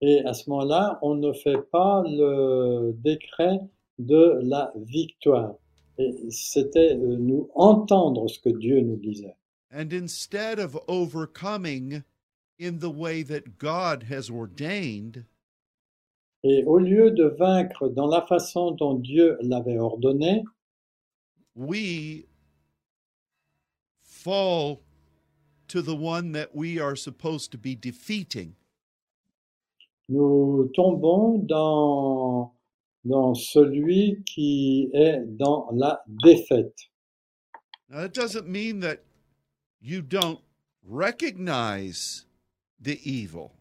S2: Et à ce moment-là, on ne fait pas le décret de la victoire. Et C'était euh, nous entendre ce que Dieu nous disait.
S1: And instead of overcoming in the way that God has ordained,
S2: Et au lieu de vaincre dans la façon dont Dieu l'avait ordonné,
S1: we fall to the one that we are supposed to be defeating.
S2: nous tombons dans, dans celui qui est dans la défaite.
S1: Now, that doesn't mean that you don't recognize the evil,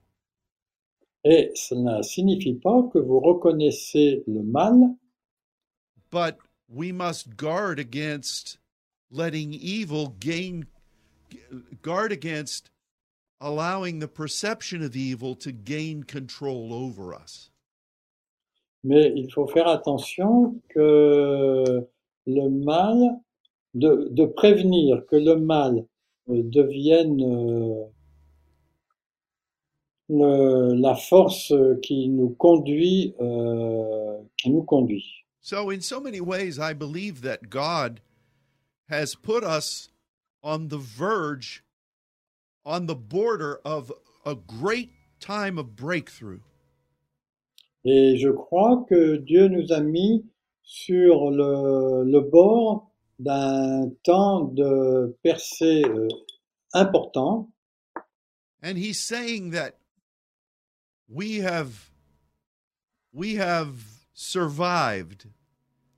S2: Et cela ne signifie pas que vous reconnaissez le mal,
S1: but we must guard against letting evil gain guard against allowing the perception of evil to gain control over us
S2: mais il faut faire attention que le mal, de, de prévenir que le mal euh, devienne euh, le- la force qui nous conduit, euh, qui nous conduit.
S1: so in so many ways i believe that god has put us on the verge on the border of a great time of breakthrough
S2: Et je crois que Dieu nous a mis sur le, le bord d'un temps de percée euh, important.
S1: and he's saying that we have we have survived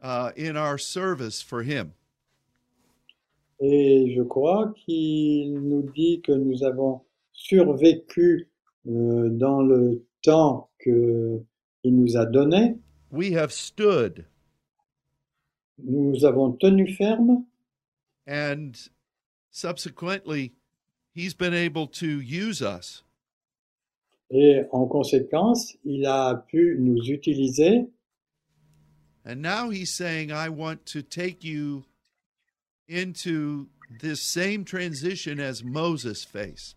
S1: uh, in our service for him
S2: Et je crois qu'il nous dit que nous avons survécu euh, dans le temps que il nous a donné.
S1: we have stood
S2: Nous avons tenu ferme
S1: and subsequently he's been able to use us
S2: et en conséquence, il a pu nous utiliser.
S1: and now he's saying i want to take you into this same transition as moses faced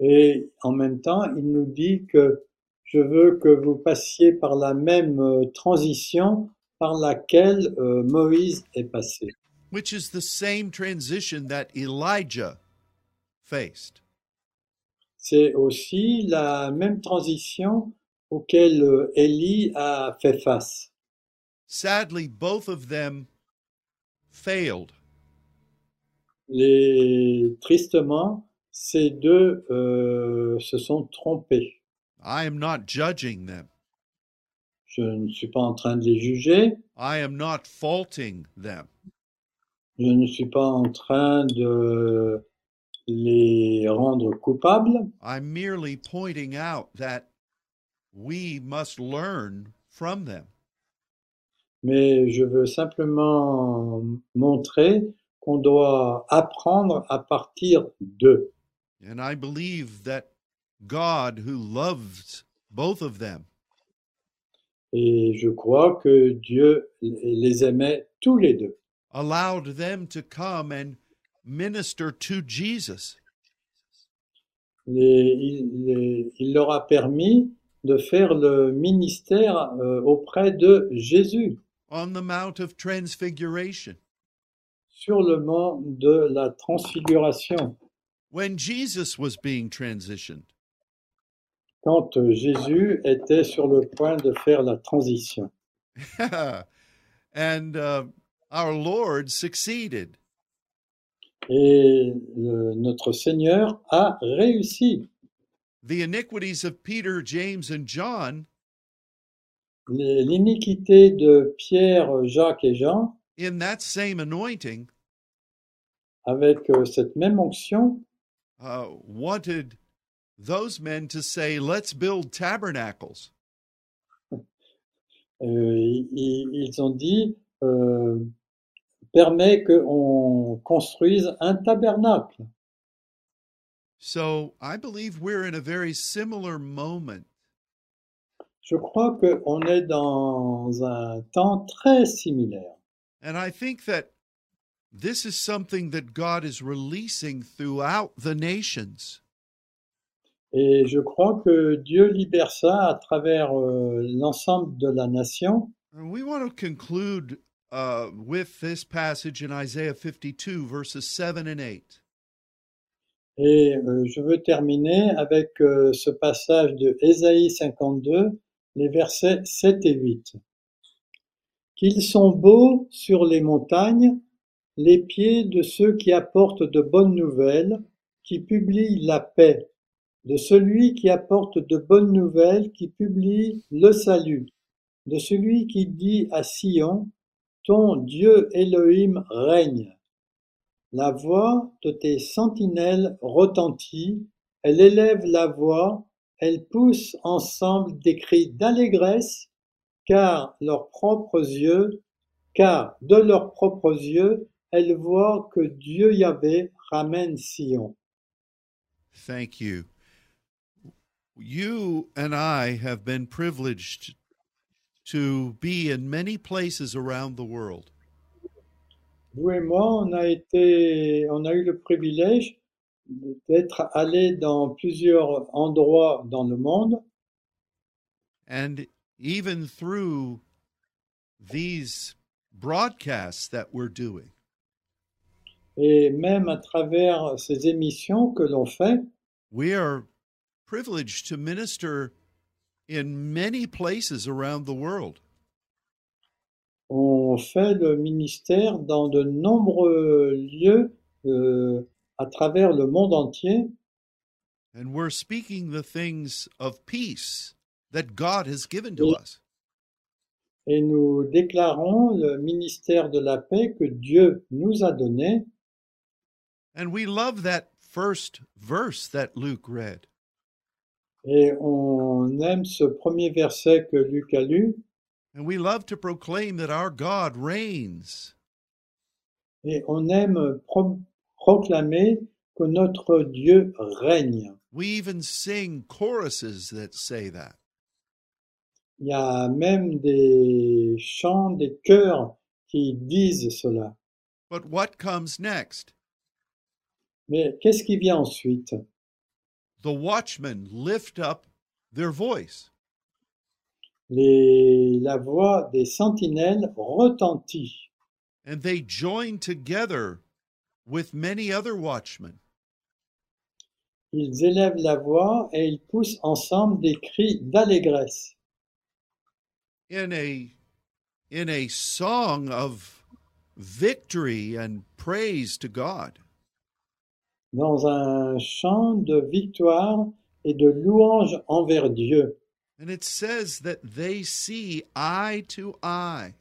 S2: Et en même temps, il nous dit que je veux que vous passiez par la même euh, transition par laquelle euh, Moïse est passé,
S1: which is the same transition that elijah faced
S2: C'est aussi la même transition auquel euh, Élie a fait face.
S1: Sadly, both of them failed.
S2: les tristement, ces deux euh, se sont trompés.
S1: I am not judging them.
S2: Je ne suis pas en train de les juger,
S1: I am not faulting them.
S2: je ne suis pas en train de les rendre coupables.
S1: I'm merely pointing out that we must learn from them.
S2: Mais je veux simplement montrer qu'on doit apprendre à partir d'eux.
S1: And I believe that God, who loves both of them,
S2: Et je crois que Dieu les aimait tous les deux.
S1: allowed them to come and minister to Jesus.
S2: Les- il, les- il leur a permis de faire le ministère euh, auprès de Jésus
S1: On the Mount of Transfiguration,
S2: sur le mont de la transfiguration.
S1: when Jesus was being transitioned,
S2: Quand euh, Jésus était sur le point de faire la transition.
S1: and uh, our Lord succeeded.
S2: Et le- notre Seigneur a réussi.
S1: The iniquities of Peter, James, and John
S2: Les- L'iniquité de Pierre, Jacques et Jean,
S1: in that same anointing
S2: avec euh, cette même onction,
S1: uh, wanted those men to say, Let's build tabernacles.
S2: euh, i- i- ils ont dit, euh, permet qu'on construise un tabernacle.
S1: So I believe we're in a very similar moment
S2: Je crois qu'on est dans un temps très similaire.
S1: And I think that this is something that God is releasing throughout the nations.
S2: Et je crois que Dieu libère ça à travers euh, l'ensemble de la nation.
S1: And we want to conclude uh, with this passage in Isaiah 52, verses 7 and 8.
S2: Et euh, je veux terminer avec euh, ce passage de Ésaïe 52, les versets 7 et 8. Qu'ils sont beaux sur les montagnes, les pieds de ceux qui apportent de bonnes nouvelles, qui publient la paix, de celui qui apporte de bonnes nouvelles, qui publie le salut, de celui qui dit à Sion, Ton Dieu Elohim règne. La voix de tes sentinelles retentit, elle élève la voix, elles poussent ensemble des cris d'allégresse, car leurs propres yeux, car de leurs propres yeux, elles voient que Dieu Yahvé ramène Sion.
S1: Thank you. You and I have been privileged to be in many places around the world.
S2: Vous et moi, on a été, on a eu le privilège d'être allés dans plusieurs endroits dans le monde
S1: And even through these broadcasts that we're doing,
S2: et même à travers ces émissions que l'on fait,
S1: we are privileged to minister in many places around the world.
S2: on fait le ministère dans de nombreux lieux euh, à travers le monde entier
S1: And we're speaking the things of peace that God has given to
S2: Yeah.
S1: us.
S2: et nous déclarons le ministère de la paix que Dieu nous a donné
S1: And we love that first verse that Luke read.
S2: et on aime ce premier verset que Luc a lu
S1: And we love to proclaim that our God reigns.
S2: et on aime pro- proclamer que notre Dieu règne.
S1: We even sing choruses that say that.
S2: Il y a même des chants, des chœurs qui disent cela.
S1: But what comes next?
S2: Mais qu'est-ce qui vient ensuite
S1: The watchmen lift up their voice.
S2: Les- La voix des sentinelles retentit
S1: and they joined together with many other watchmen.
S2: Ils élèvent la voix et ils poussent ensemble des cris d'allégresse
S1: in a in a song of victory and praise to God.
S2: dans un chant de victoire et de louange envers Dieu.
S1: And it says that they see eye to eye.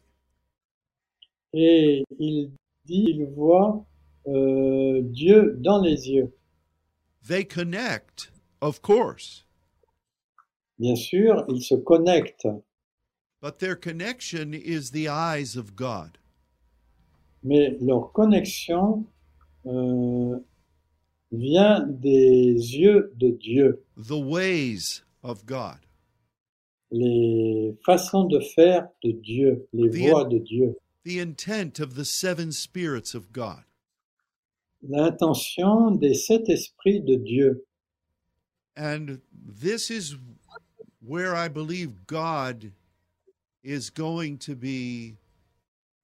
S2: Et il dit, il voit euh, Dieu dans les yeux.
S1: They connect, of course,
S2: Bien sûr, ils se connectent,
S1: but their connection is the eyes of God.
S2: mais leur connexion euh, vient des yeux de Dieu,
S1: The ways of God.
S2: les façons de faire de Dieu, les
S1: Bien.
S2: voies de Dieu.
S1: The intent of the seven spirits of God.
S2: l'intention des sept esprits de Dieu.
S1: And this is where I believe God is going to be.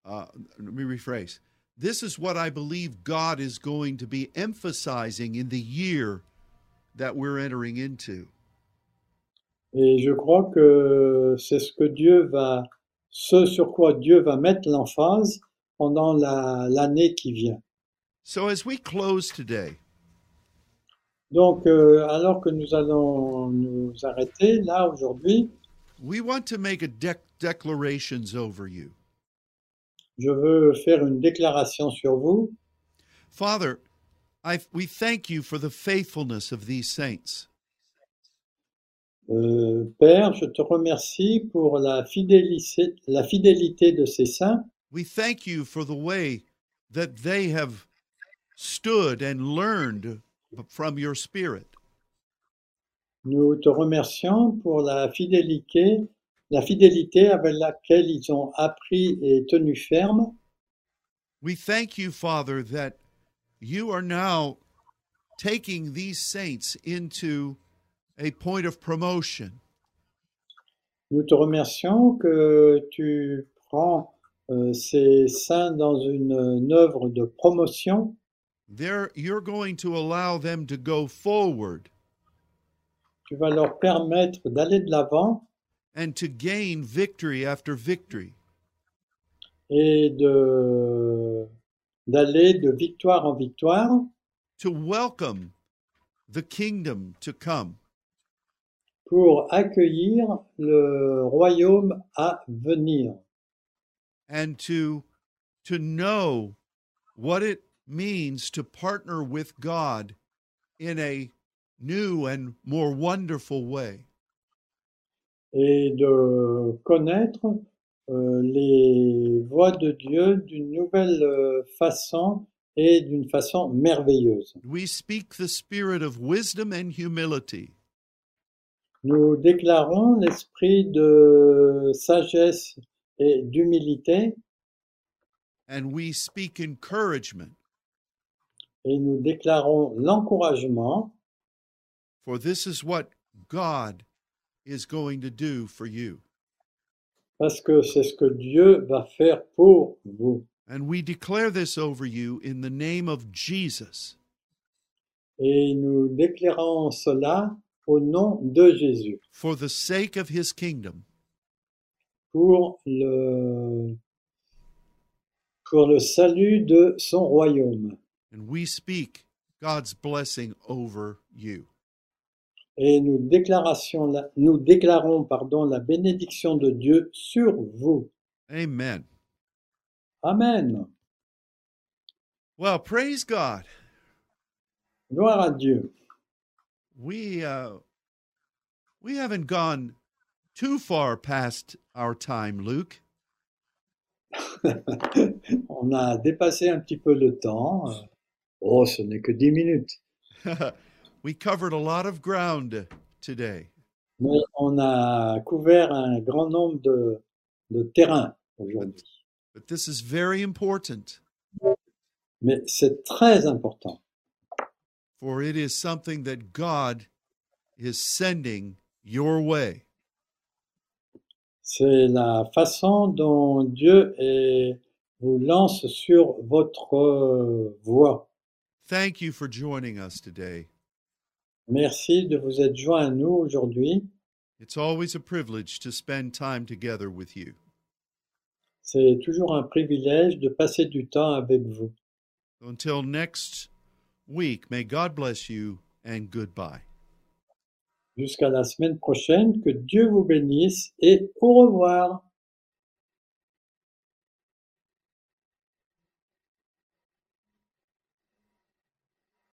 S1: Uh, let me rephrase. This is what I believe God is going to be emphasizing in the year that we're entering into.
S2: Et je crois que c'est ce que Dieu va, ce sur quoi Dieu va mettre l'emphase pendant la- l'année qui vient.
S1: So, as we close today,
S2: Donc, euh, alors que nous allons nous arrêter là aujourd'hui,
S1: we want to make a dec declarations over you.
S2: je veux faire une déclaration sur vous.
S1: Father, I, we thank you for the faithfulness of these saints.
S2: Euh, Père, je te remercie pour la fidélité, la fidélité de ces saints.
S1: We thank you for the way that they have stood and learned from your spirit.
S2: Nous te remercions pour la fidélité, la fidélité avec laquelle ils ont appris et tenu ferme.
S1: We thank you, Father, that you are now taking these saints into a point of promotion,
S2: Nous te remercions que tu prends euh, ces saints dans une, euh, œuvre de promotion.
S1: There, you're going to allow them to go forward
S2: Tu vas leur permettre d'aller de l'avant
S1: and to gain victory after victory.
S2: et de d'aller de victoire en victoire,
S1: To welcome the kingdom to come.
S2: pour accueillir le royaume à venir.
S1: and to to know what it means to partner with God in a new and more wonderful way.
S2: et de connaître euh, les voies de Dieu d'une nouvelle euh, façon et d'une façon merveilleuse.
S1: We speak the spirit of wisdom and humility,
S2: Nous déclarons l'esprit de sagesse et d'humilité
S1: and we speak encouragement,
S2: et nous déclarons l'encouragement,
S1: for this is what God is going to do for you.
S2: parce que c'est ce que Dieu va faire pour vous.
S1: And we declare this over you in the name of Jesus.
S2: Et nous déclarons cela au nom de Jésus,
S1: for the sake of his kingdom,
S2: pour le, pour le salut de son royaume.
S1: and we speak God's blessing over you.
S2: et nous, déclaration- la- nous déclarons pardon, la bénédiction de Dieu sur vous.
S1: Amen.
S2: Amen.
S1: Well, praise God.
S2: Gloire à Dieu.
S1: We uh, we haven't gone too far past our time, Luke.
S2: On a dépassé un petit peu le temps. Oh, ce n'est que 10 minutes.
S1: we covered a lot of ground today,
S2: Mais on a couvert un grand nombre de, de terrains aujourd'hui.
S1: but this is very important,
S2: Mais c'est très important
S1: for it is something that God is sending your way.
S2: C'est la façon dont Dieu est- vous lance sur votre euh, voie.
S1: Thank you for joining us today.
S2: Merci de vous être joints à nous aujourd'hui.
S1: It's always a privilege to spend time together with you.
S2: C'est toujours un privilège de passer du temps avec vous.
S1: Until next week, may God bless you and goodbye.
S2: Jusqu'à la semaine prochaine, que Dieu vous bénisse et au revoir.